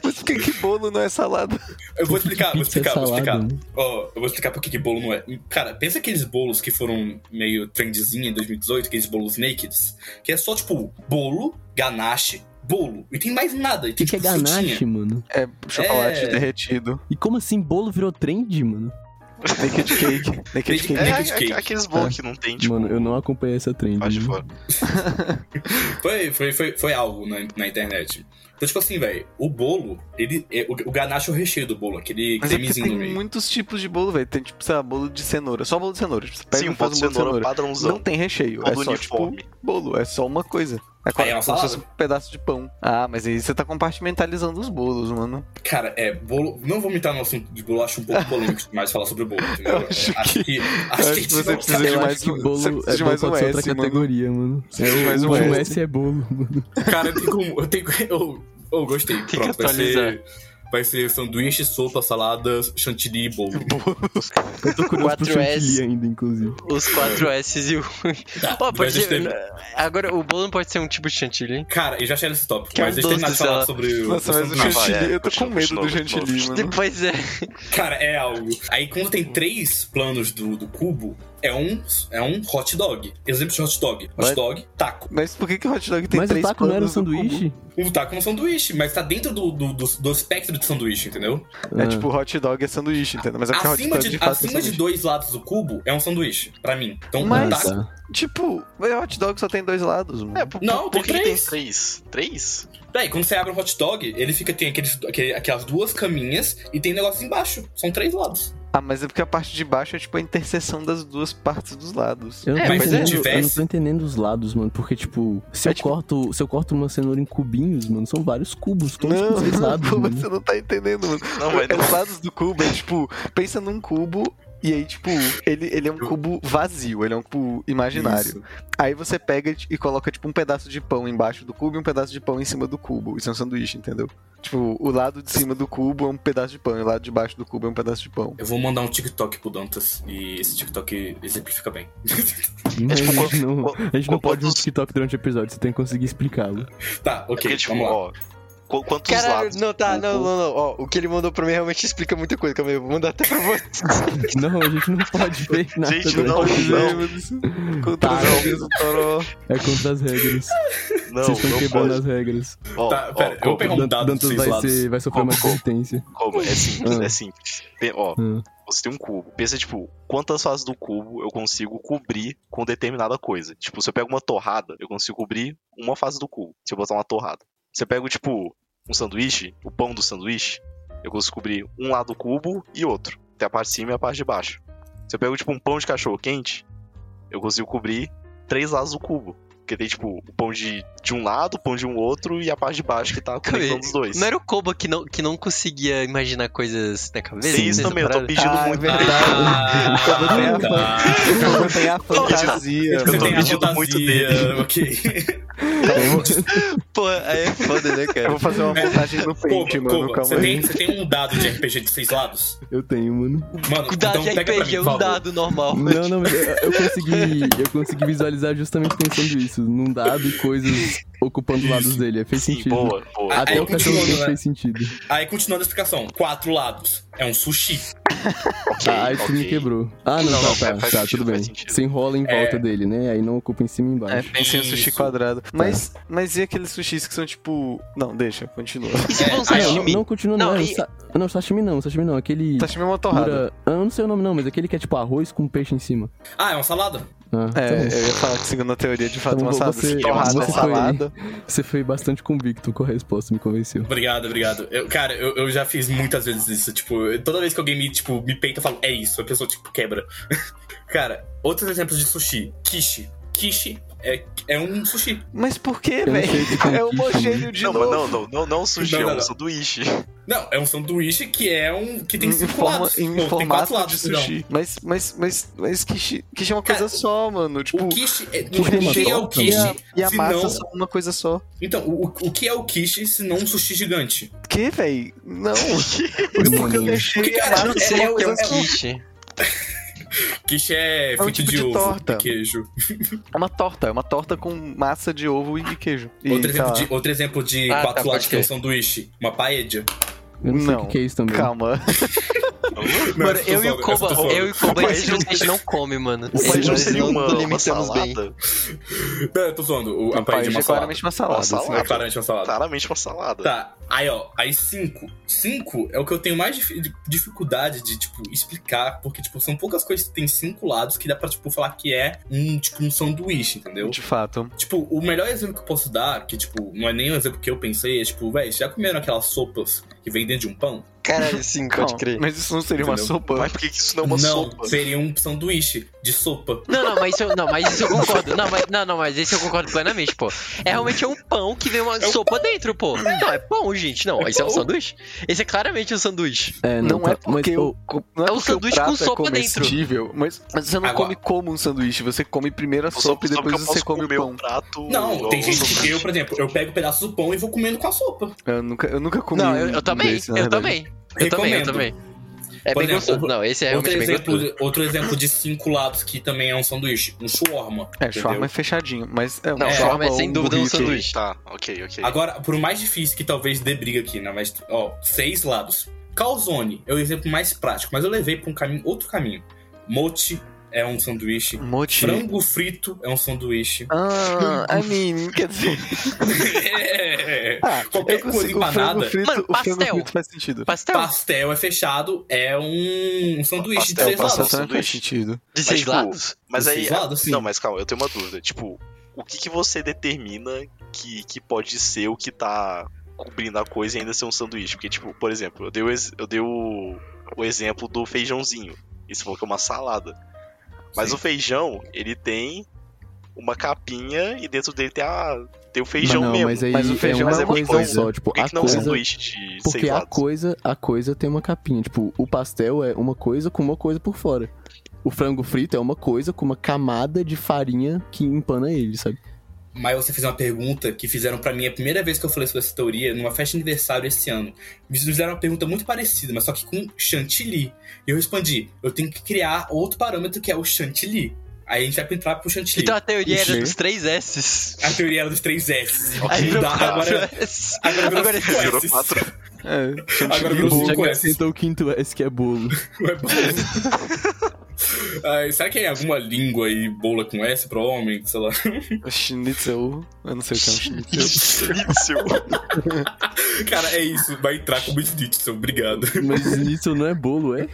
Speaker 3: Mas por que, que bolo não é salada?
Speaker 5: Eu vou explicar, vou
Speaker 1: Pizza é
Speaker 5: explicar, vou explicar.
Speaker 1: salada.
Speaker 5: Ó, eu vou explicar por que que bolo não é. Cara, pensa aqueles bolos que foram meio trendzinha em 2018, aqueles bolos naked, que é só tipo bolo, ganache, bolo. E tem mais nada. E
Speaker 1: O que,
Speaker 5: tem,
Speaker 1: que é
Speaker 5: tipo,
Speaker 1: ganache,
Speaker 5: frutinha.
Speaker 1: mano?
Speaker 3: É chocolate
Speaker 5: É.
Speaker 3: derretido.
Speaker 1: E como assim bolo virou trend, mano?
Speaker 3: Naked cake. Naked
Speaker 5: Naked
Speaker 3: cake.
Speaker 4: é,
Speaker 5: Naked cake.
Speaker 4: a- aqueles bolos que não tem, tipo.
Speaker 1: mano, eu não acompanhei essa trend.
Speaker 4: Faz de
Speaker 1: mano.
Speaker 4: fora.
Speaker 5: Foi, foi, foi, foi algo na, na internet. Então, tipo assim, velho, o bolo, ele, é- o, o ganache é o recheio do bolo, aquele
Speaker 3: Mas é porque
Speaker 5: cremezinho no
Speaker 3: tem
Speaker 5: meio.
Speaker 3: muitos tipos de bolo, velho. Tem tipo, sei lá, bolo de cenoura. Só bolo de cenoura. Tipo, você pega
Speaker 4: Sim,
Speaker 3: e
Speaker 4: um
Speaker 3: faz
Speaker 4: bolo de cenoura
Speaker 3: Não
Speaker 4: padrãozão.
Speaker 3: tem recheio. É
Speaker 4: Bolo
Speaker 3: só, tipo,
Speaker 4: uniforme.
Speaker 3: bolo. É só uma coisa. É
Speaker 5: Aí é uma
Speaker 3: como se fosse um
Speaker 5: salada.
Speaker 3: pedaço de pão. Ah, mas aí você tá compartimentalizando os bolos, mano.
Speaker 5: Cara, é, bolo. Não vou entrar no assunto de bolo, acho um pouco polêmico demais falar sobre bolo, entendeu?
Speaker 3: Eu acho
Speaker 5: É, acho
Speaker 3: que-
Speaker 5: que.
Speaker 3: acho
Speaker 5: Acho que
Speaker 3: que você
Speaker 5: não-
Speaker 3: precisa de
Speaker 1: Eu
Speaker 3: mais
Speaker 1: acho que
Speaker 3: um-
Speaker 1: bolo
Speaker 3: você
Speaker 1: é
Speaker 3: precisa de
Speaker 1: bom
Speaker 3: mais
Speaker 1: pra
Speaker 3: um
Speaker 1: ser outra
Speaker 3: S, mano.
Speaker 1: categoria, mano.
Speaker 3: precisa de mais um
Speaker 1: O de um
Speaker 3: S.
Speaker 1: S é bolo, mano.
Speaker 5: Cara, tem como. Eu, tenho, eu, eu gostei.
Speaker 2: que
Speaker 5: Pronto, vai ser.
Speaker 2: atualizar.
Speaker 5: Vai ser sanduíche, sopa, salada, chantilly e bolo.
Speaker 1: Eu tô curioso pro
Speaker 2: 4S.
Speaker 1: chantilly é ainda, inclusive.
Speaker 2: Os 4 S e o. Ó,
Speaker 5: Tá, mas
Speaker 2: pode
Speaker 5: deixa
Speaker 2: ser. né?
Speaker 5: eu-
Speaker 2: Agora, o bolo não pode ser um tipo de chantilly.
Speaker 5: Cara, eu já achei esse top.
Speaker 2: Que
Speaker 5: mas
Speaker 2: é
Speaker 5: deixa eu terminar tipo
Speaker 2: doce,
Speaker 5: de falar
Speaker 2: sei lá.
Speaker 5: sobre o.
Speaker 3: Nossa, mas o
Speaker 5: sanduíche.
Speaker 4: Não, vai,
Speaker 3: chantilly,
Speaker 4: é,
Speaker 3: eu tô com
Speaker 4: continua,
Speaker 3: medo do
Speaker 4: continua, continua.
Speaker 3: chantilly, mano.
Speaker 2: Pois é.
Speaker 5: Cara, é algo. Aí quando tem três planos do, do cubo, é um, é um hot dog. Exemplo de hot dog. Hot
Speaker 3: Mas-
Speaker 5: dog, taco.
Speaker 3: Mas por que, que o hot dog tem
Speaker 1: Mas o
Speaker 3: três
Speaker 1: taco não era um
Speaker 3: planos no cubo?
Speaker 1: sanduíche?
Speaker 5: O taco é um sanduíche, mas tá dentro do, do, do, do espectro de sanduíche, entendeu?
Speaker 3: É
Speaker 1: Ah.
Speaker 3: tipo, hot dog é sanduíche, entendeu? Mas é porque hot
Speaker 5: Acima,
Speaker 3: dog
Speaker 5: de,
Speaker 3: de fato é
Speaker 5: acima de
Speaker 3: sanduíche.
Speaker 5: dois lados do cubo é um sanduíche, pra mim. Então,
Speaker 3: Mas-
Speaker 5: um taco.
Speaker 1: Ah, tá.
Speaker 3: Tipo, mas hot dog só tem dois lados, mano.
Speaker 4: É, por,
Speaker 5: Não,
Speaker 4: por
Speaker 5: tem
Speaker 4: que tem
Speaker 5: três.
Speaker 4: três? Três?
Speaker 5: Daí, quando você abre um hot dog, ele fica, tem aqueles, aquele- aquelas duas caminhas e tem negócio embaixo. São três lados.
Speaker 3: Ah, mas é porque a parte de baixo é tipo a interseção das duas partes dos lados.
Speaker 1: Eu não,
Speaker 2: É,
Speaker 1: tô
Speaker 2: mas se
Speaker 1: entendendo,
Speaker 5: tivesse-
Speaker 1: eu não tô entendendo os lados, mano. Porque, tipo, se,
Speaker 3: É
Speaker 1: eu
Speaker 3: tipo-
Speaker 1: Corto, se eu corto uma cenoura em cubinhos, mano, são vários cubos, todos
Speaker 3: Não,
Speaker 1: com seis lados.
Speaker 3: Cuba,
Speaker 1: mano.
Speaker 3: você não tá entendendo, mano.
Speaker 4: Não, mas não.
Speaker 3: Os lados do cubo é tipo, pensa num cubo e aí, tipo, ele, ele é um cubo vazio, ele é um cubo imaginário.
Speaker 5: Isso.
Speaker 3: Aí você pega e coloca, tipo, um pedaço de pão embaixo do cubo e um pedaço de pão em cima do cubo. Isso é um sanduíche, entendeu? Tipo, o lado de cima do cubo é um pedaço de pão, e o lado de baixo do cubo é um pedaço de pão.
Speaker 5: Eu vou mandar um TikTok pro Dantas e esse TikTok exemplifica bem.
Speaker 1: Mas
Speaker 4: tipo,
Speaker 1: a gente não,
Speaker 4: qual-
Speaker 1: a gente não pode usar o
Speaker 4: qual- quantos-
Speaker 1: TikTok durante o episódio, você tem que conseguir explicá-lo.
Speaker 5: tá,
Speaker 4: É porque,
Speaker 5: ok,
Speaker 4: tipo,
Speaker 5: vamos lá.
Speaker 4: ó. qu- Quantos
Speaker 2: Caralho,
Speaker 4: lados?
Speaker 2: não, tá,
Speaker 4: O-
Speaker 2: não,
Speaker 4: o-
Speaker 2: não, não. Ó, o que ele mandou pra mim realmente explica muita coisa. Calma aí, eu vou mandar até pra você.
Speaker 1: Não, a gente não pode ver nada.
Speaker 4: Gente,
Speaker 1: durante
Speaker 4: não,
Speaker 1: o episódio.
Speaker 4: não.
Speaker 3: Contra
Speaker 1: Tá.
Speaker 3: as regras do Toró.
Speaker 1: É contra as regras.
Speaker 4: Não,
Speaker 1: Vocês estão
Speaker 4: não
Speaker 1: quebrando
Speaker 4: pode.
Speaker 1: as regras.
Speaker 4: Ó,
Speaker 5: Tá,
Speaker 4: ó,
Speaker 5: pera, eu
Speaker 4: como-
Speaker 5: vou pegar um dado dos
Speaker 1: Dantas
Speaker 5: seis
Speaker 1: vai,
Speaker 5: lados.
Speaker 1: ser, vai sofrer uma advertência.
Speaker 4: como- É simples,
Speaker 1: Ah.
Speaker 4: é simples. Tem- Ó,
Speaker 1: Ah.
Speaker 4: você tem um cubo. Pensa, tipo, quantas faces do cubo eu consigo cobrir com determinada coisa. Tipo, se eu pego uma torrada, eu consigo cobrir uma face do cubo. Se eu botar uma torrada. Se eu pego, tipo, um sanduíche, o pão do sanduíche, eu consigo cobrir um lado do cubo e outro. Tem a parte de cima e a parte de baixo. Se eu pego, tipo, um pão de cachorro quente, eu consigo cobrir três lados do cubo. Porque tem, tipo, o pão de, de um lado, o pão de um outro e a parte de baixo que tá
Speaker 2: Calma aí.
Speaker 4: conectando os dois.
Speaker 2: Não era o Koba que não, que não conseguia imaginar coisas na cabeça?
Speaker 4: Tem isso
Speaker 2: Essa
Speaker 4: também, eu tô
Speaker 2: parada?
Speaker 4: pedindo
Speaker 3: Ah, é
Speaker 4: muito.
Speaker 3: verdade.
Speaker 5: Ah,
Speaker 3: Eu
Speaker 5: tá.
Speaker 3: vou ganhar a fantasia.
Speaker 5: Você
Speaker 4: Ah, tô
Speaker 5: tem a
Speaker 4: pedindo muito
Speaker 5: fantasia, ok.
Speaker 2: Pô, aí é foda, né,
Speaker 3: Eu
Speaker 2: cara?
Speaker 3: vou fazer uma montagem no Paint,
Speaker 5: Koba,
Speaker 3: mano.
Speaker 5: Koba,
Speaker 3: Calma
Speaker 5: você tem,
Speaker 3: aí.
Speaker 5: você tem um dado de RPG de seis lados?
Speaker 1: Eu tenho, mano.
Speaker 5: Mano,
Speaker 2: Cuidado
Speaker 5: então
Speaker 2: de
Speaker 5: pega pra mim,
Speaker 2: RPG,
Speaker 5: por
Speaker 2: um
Speaker 5: favor.
Speaker 2: dado normal.
Speaker 1: Não, não, mas eu, eu consegui. Eu consegui visualizar justamente pensando isso. Num dado e coisas ocupando lados dele. Fez
Speaker 4: Sim,
Speaker 1: sentido. Ah,
Speaker 4: boa, boa.
Speaker 1: Até
Speaker 5: Aí
Speaker 1: o cachorro
Speaker 5: continua,
Speaker 1: quente
Speaker 5: né?
Speaker 1: fez sentido.
Speaker 5: Aí, continuando a explicação. Quatro lados. É um sushi.
Speaker 4: Ok,
Speaker 1: ah, aí tu me
Speaker 4: ok.
Speaker 1: quebrou. Ah, não,
Speaker 4: Não, não,
Speaker 1: tá,
Speaker 4: faz-
Speaker 1: tá,
Speaker 4: faz
Speaker 1: tá,
Speaker 4: sentido,
Speaker 1: tudo bem.
Speaker 4: faz sentido.
Speaker 1: Você enrola em volta
Speaker 5: É.
Speaker 1: dele, né? Aí não ocupa em cima e
Speaker 3: É,
Speaker 1: embaixo.
Speaker 3: pensei em sushi
Speaker 5: Isso. Tá.
Speaker 3: quadrado. Mas, mas e aqueles sushis que são tipo. Não, deixa, continua.
Speaker 2: E se
Speaker 5: É,
Speaker 2: for um
Speaker 5: aí,
Speaker 1: não, não,
Speaker 2: sashimi?
Speaker 1: não, continua não.
Speaker 2: Não,
Speaker 1: é o
Speaker 2: e-
Speaker 1: sa- Não, sashimi não, sashimi não. Aquele...
Speaker 3: Sashimi é uma torrada.
Speaker 1: Pura... Ah, Eu não sei o nome não, mas aquele que é tipo arroz com peixe em cima.
Speaker 5: Ah, é uma salada?
Speaker 1: Ah, tá
Speaker 3: É,
Speaker 1: bom.
Speaker 3: eu ia falar que segundo a teoria, de fato,
Speaker 1: Então
Speaker 3: uma
Speaker 1: vou-
Speaker 3: salada.
Speaker 1: você-
Speaker 3: torrada,
Speaker 4: você
Speaker 1: foi-
Speaker 3: salada.
Speaker 1: Você foi bastante convicto com a resposta, me convenceu.
Speaker 5: Obrigado, obrigado. Eu- cara, eu, eu já fiz muitas vezes isso. Tipo, eu- toda vez que alguém me, tipo, me peita, eu falo, é isso. A pessoa, tipo, quebra. cara, outros exemplos de sushi. Kishi. Kishi é, é um sushi.
Speaker 3: Mas por que,
Speaker 1: não
Speaker 3: velho?
Speaker 1: sei o que que é um
Speaker 3: É
Speaker 1: quiche,
Speaker 3: homogêneo de
Speaker 4: Não, mas
Speaker 3: novo.
Speaker 4: não, não, não, não sushi,
Speaker 5: Não,
Speaker 4: é
Speaker 5: não,
Speaker 4: um
Speaker 5: não.
Speaker 4: sanduíche.
Speaker 5: Não, é um sanduíche que é um... Que tem
Speaker 3: Em
Speaker 5: cinco
Speaker 3: forma-
Speaker 5: lados.
Speaker 3: em
Speaker 5: Pô, tem
Speaker 3: formato
Speaker 5: quatro lados,
Speaker 3: de
Speaker 5: não.
Speaker 3: sushi. Mas, mas, mas, mas quiche, quiche é uma coisa
Speaker 5: Cara,
Speaker 3: só, mano. Tipo,
Speaker 5: O quiche é,
Speaker 1: Kishi
Speaker 5: o que é
Speaker 1: redondo,
Speaker 5: o
Speaker 3: e a,
Speaker 5: quiche?
Speaker 3: e a
Speaker 5: se
Speaker 3: massa
Speaker 5: não-
Speaker 3: é só uma coisa só.
Speaker 5: Então, o, o que é o quiche se não um sushi gigante?
Speaker 3: Que, velho? Não.
Speaker 1: Mano,
Speaker 3: Porque eu
Speaker 5: Porque,
Speaker 3: achei assim, a
Speaker 2: Eu
Speaker 5: cara,
Speaker 3: massa
Speaker 2: não
Speaker 5: é-
Speaker 2: sei
Speaker 5: é-
Speaker 2: o que é um
Speaker 5: é-
Speaker 2: quiche.
Speaker 5: Quiche é,
Speaker 3: um
Speaker 5: feito
Speaker 3: tipo
Speaker 5: de,
Speaker 3: de
Speaker 5: ovo,
Speaker 3: torta.
Speaker 5: de queijo.
Speaker 3: é uma torta. É uma torta com massa de ovo e queijo. E,
Speaker 5: Outro,
Speaker 3: sei
Speaker 5: exemplo
Speaker 3: lá,
Speaker 5: de, outro exemplo de
Speaker 2: Ah,
Speaker 5: quatro
Speaker 2: tá, pode
Speaker 5: lados que é um
Speaker 2: crer.
Speaker 5: sanduíche. Uma paella.
Speaker 1: Eu não sei o
Speaker 3: Não.
Speaker 1: que que é isso também.
Speaker 3: Calma.
Speaker 5: Não,
Speaker 2: Mano,
Speaker 5: essa
Speaker 2: eu e
Speaker 5: tô
Speaker 2: o
Speaker 5: zoando,
Speaker 2: Koba,
Speaker 5: essa tô zoando.
Speaker 2: eu e o Koba,
Speaker 4: Mas
Speaker 2: infelizmente, a gente não come, mano.
Speaker 4: O
Speaker 2: Sim,
Speaker 4: país não
Speaker 2: nós
Speaker 4: seria
Speaker 2: não
Speaker 4: uma, uma
Speaker 2: limitamos bem.
Speaker 4: salada?
Speaker 5: Não, eu tô zoando. O, a
Speaker 3: Pai,
Speaker 5: paella é
Speaker 3: é
Speaker 5: uma salada.
Speaker 3: claramente uma salada.
Speaker 4: Uma
Speaker 3: assim.
Speaker 4: salada.
Speaker 5: É claramente uma salada.
Speaker 4: Claramente uma salada.
Speaker 5: Tá, aí ó, aí cinco. Cinco é o que eu tenho mais dif- dificuldade de, tipo, explicar, porque, tipo, são poucas coisas que tem cinco lados que dá pra, tipo, falar que é um, tipo, um sanduíche,
Speaker 2: assim,
Speaker 5: entendeu?
Speaker 3: De fato.
Speaker 5: Tipo, o melhor exemplo que eu posso dar, que, tipo, não é nem um exemplo que eu pensei, é, tipo, véi, já comeram aquelas sopas que vem dentro de um pão?
Speaker 3: é
Speaker 2: Caralho, sim, pode
Speaker 3: Calma,
Speaker 2: crer.
Speaker 3: Mas isso não seria uma
Speaker 5: Entendeu?
Speaker 3: sopa.
Speaker 4: Mas por que que isso não é uma
Speaker 5: não,
Speaker 4: sopa?
Speaker 5: seria um sanduíche de sopa.
Speaker 2: Não, não, mas isso eu, não, mas isso eu concordo. Não, mas, não, não, mas esse eu concordo plenamente, pô. É realmente é um pão que vem uma
Speaker 5: um
Speaker 2: sopa dentro, pô. Não, é pão, gente. Não,
Speaker 5: É
Speaker 2: esse é um
Speaker 5: pão.
Speaker 2: sanduíche? Esse é claramente um sanduíche.
Speaker 1: É, não,
Speaker 3: Não,
Speaker 1: tá,
Speaker 3: é porque
Speaker 1: mas,
Speaker 3: o,
Speaker 1: ô,
Speaker 2: É um
Speaker 3: não porque o
Speaker 2: sanduíche com
Speaker 3: prato
Speaker 2: sopa
Speaker 3: é comestível, Mas, mas você não
Speaker 5: Agora-
Speaker 3: come como um sanduíche, você come primeiro a
Speaker 4: Eu
Speaker 3: sopa e
Speaker 4: só- só porque
Speaker 3: depois
Speaker 4: eu
Speaker 3: você
Speaker 4: posso
Speaker 3: come o
Speaker 4: comer
Speaker 3: pão.
Speaker 4: um prato.
Speaker 5: Não,
Speaker 4: igual
Speaker 5: tem
Speaker 4: um
Speaker 5: gente que
Speaker 4: sanduíche.
Speaker 5: eu, por exemplo, eu pego um pedaço do pão e vou comendo com a sopa.
Speaker 3: Eu nunca, eu nunca comi
Speaker 2: Não,
Speaker 3: um
Speaker 2: eu, eu também,
Speaker 3: desse, na
Speaker 2: eu
Speaker 3: verdade.
Speaker 2: também. Eu também, eu
Speaker 5: Recomendo.
Speaker 2: também. É
Speaker 5: Por
Speaker 2: bem
Speaker 5: exemplo,
Speaker 2: gostoso.
Speaker 5: outro-
Speaker 2: Não, esse é
Speaker 5: outro,
Speaker 2: realmente bem
Speaker 5: exemplo,
Speaker 2: gostoso.
Speaker 5: outro exemplo de cinco lados que também é um sanduíche, um shawarma.
Speaker 3: É,
Speaker 5: entendeu?
Speaker 3: shawarma é fechadinho, mas... É, um
Speaker 2: Não,
Speaker 5: É,
Speaker 2: shawarma é
Speaker 3: ou
Speaker 2: sem dúvida um
Speaker 3: burrito.
Speaker 2: sanduíche.
Speaker 4: Tá, ok, ok.
Speaker 5: Agora, por mais difícil que talvez dê briga aqui, né? Mas, ó, seis lados. Calzone é o exemplo mais prático, mas eu levei pra um caminho, outro caminho. Mochi é um sanduíche.
Speaker 3: Mochi.
Speaker 5: Frango frito é um sanduíche.
Speaker 3: Ah, I mean, quer dizer...
Speaker 5: É.
Speaker 3: Ah,
Speaker 5: Qualquer
Speaker 3: eu
Speaker 5: coisa
Speaker 3: consigo, o frango
Speaker 5: empanada.
Speaker 3: frito,
Speaker 2: Mano,
Speaker 3: o frango
Speaker 2: pastel.
Speaker 3: frito faz sentido.
Speaker 2: Pastel
Speaker 5: Pastel é fechado, é um sanduíche de
Speaker 4: Pastel,
Speaker 5: seis
Speaker 3: É, Pastel
Speaker 5: lados.
Speaker 3: também faz
Speaker 4: sanduíche.
Speaker 3: sentido.
Speaker 2: de
Speaker 4: Mas,
Speaker 2: seis
Speaker 4: tipo,
Speaker 2: lados?
Speaker 4: Mas
Speaker 5: de
Speaker 4: aí.
Speaker 5: seis lados, sim.
Speaker 4: Não, mas calma, eu tenho uma dúvida. Tipo, o que, que você determina que, que pode ser o que tá cobrindo a coisa e ainda ser um sanduíche? Porque, tipo, por exemplo, eu dei o, ex- eu dei o, o exemplo do feijãozinho. Isso falou que é uma salada. Mas
Speaker 5: Sim.
Speaker 4: o feijão, ele tem uma capinha e dentro dele tem, a, tem o feijão
Speaker 1: mas não,
Speaker 4: mesmo.
Speaker 1: mas aí
Speaker 3: Mas o
Speaker 1: é
Speaker 3: feijão
Speaker 1: uma
Speaker 4: é uma
Speaker 1: coisa
Speaker 4: coisa.
Speaker 1: só, tipo,
Speaker 4: Por que,
Speaker 1: a
Speaker 4: que não é um
Speaker 1: coisa...
Speaker 4: sanduíche de
Speaker 1: Porque
Speaker 4: seis
Speaker 1: a
Speaker 4: lados?
Speaker 1: coisa, a coisa tem uma capinha, tipo, o pastel é uma coisa com uma coisa por fora. O frango frito é uma coisa com uma camada de farinha que empana ele, sabe?
Speaker 5: Mas você fez uma pergunta que fizeram pra mim é a primeira vez que eu falei sobre essa teoria numa festa de aniversário esse ano. Me fizeram uma pergunta muito parecida, mas só que com chantilly. E eu respondi: eu tenho que criar outro parâmetro que é o chantilly. Aí a gente vai entrar pro chantilly.
Speaker 2: Então a teoria
Speaker 1: Sim.
Speaker 2: era dos três S's.
Speaker 5: A teoria era dos três S.
Speaker 4: Ok.
Speaker 2: Aí virou
Speaker 5: Dá-
Speaker 2: quatro
Speaker 5: agora, é Ah,
Speaker 2: S.
Speaker 5: agora virou
Speaker 2: Agora
Speaker 5: cinco
Speaker 4: Virou
Speaker 5: S's.
Speaker 4: quatro.
Speaker 3: É,
Speaker 5: Agora
Speaker 3: chantilly
Speaker 5: virou
Speaker 3: bolo.
Speaker 5: cinco
Speaker 1: Bolo,
Speaker 5: S.
Speaker 1: então o quinto S que é bolo.
Speaker 5: Ué, bolo. Ai, será que é alguma língua aí bola com S pra homem? Sei lá.
Speaker 3: Schnitzel. Eu não sei o que é um schnitzel.
Speaker 4: Schnitzel.
Speaker 5: Cara, é isso. Vai entrar com o Bitditson. Obrigado.
Speaker 1: Mas isso não é bolo, é?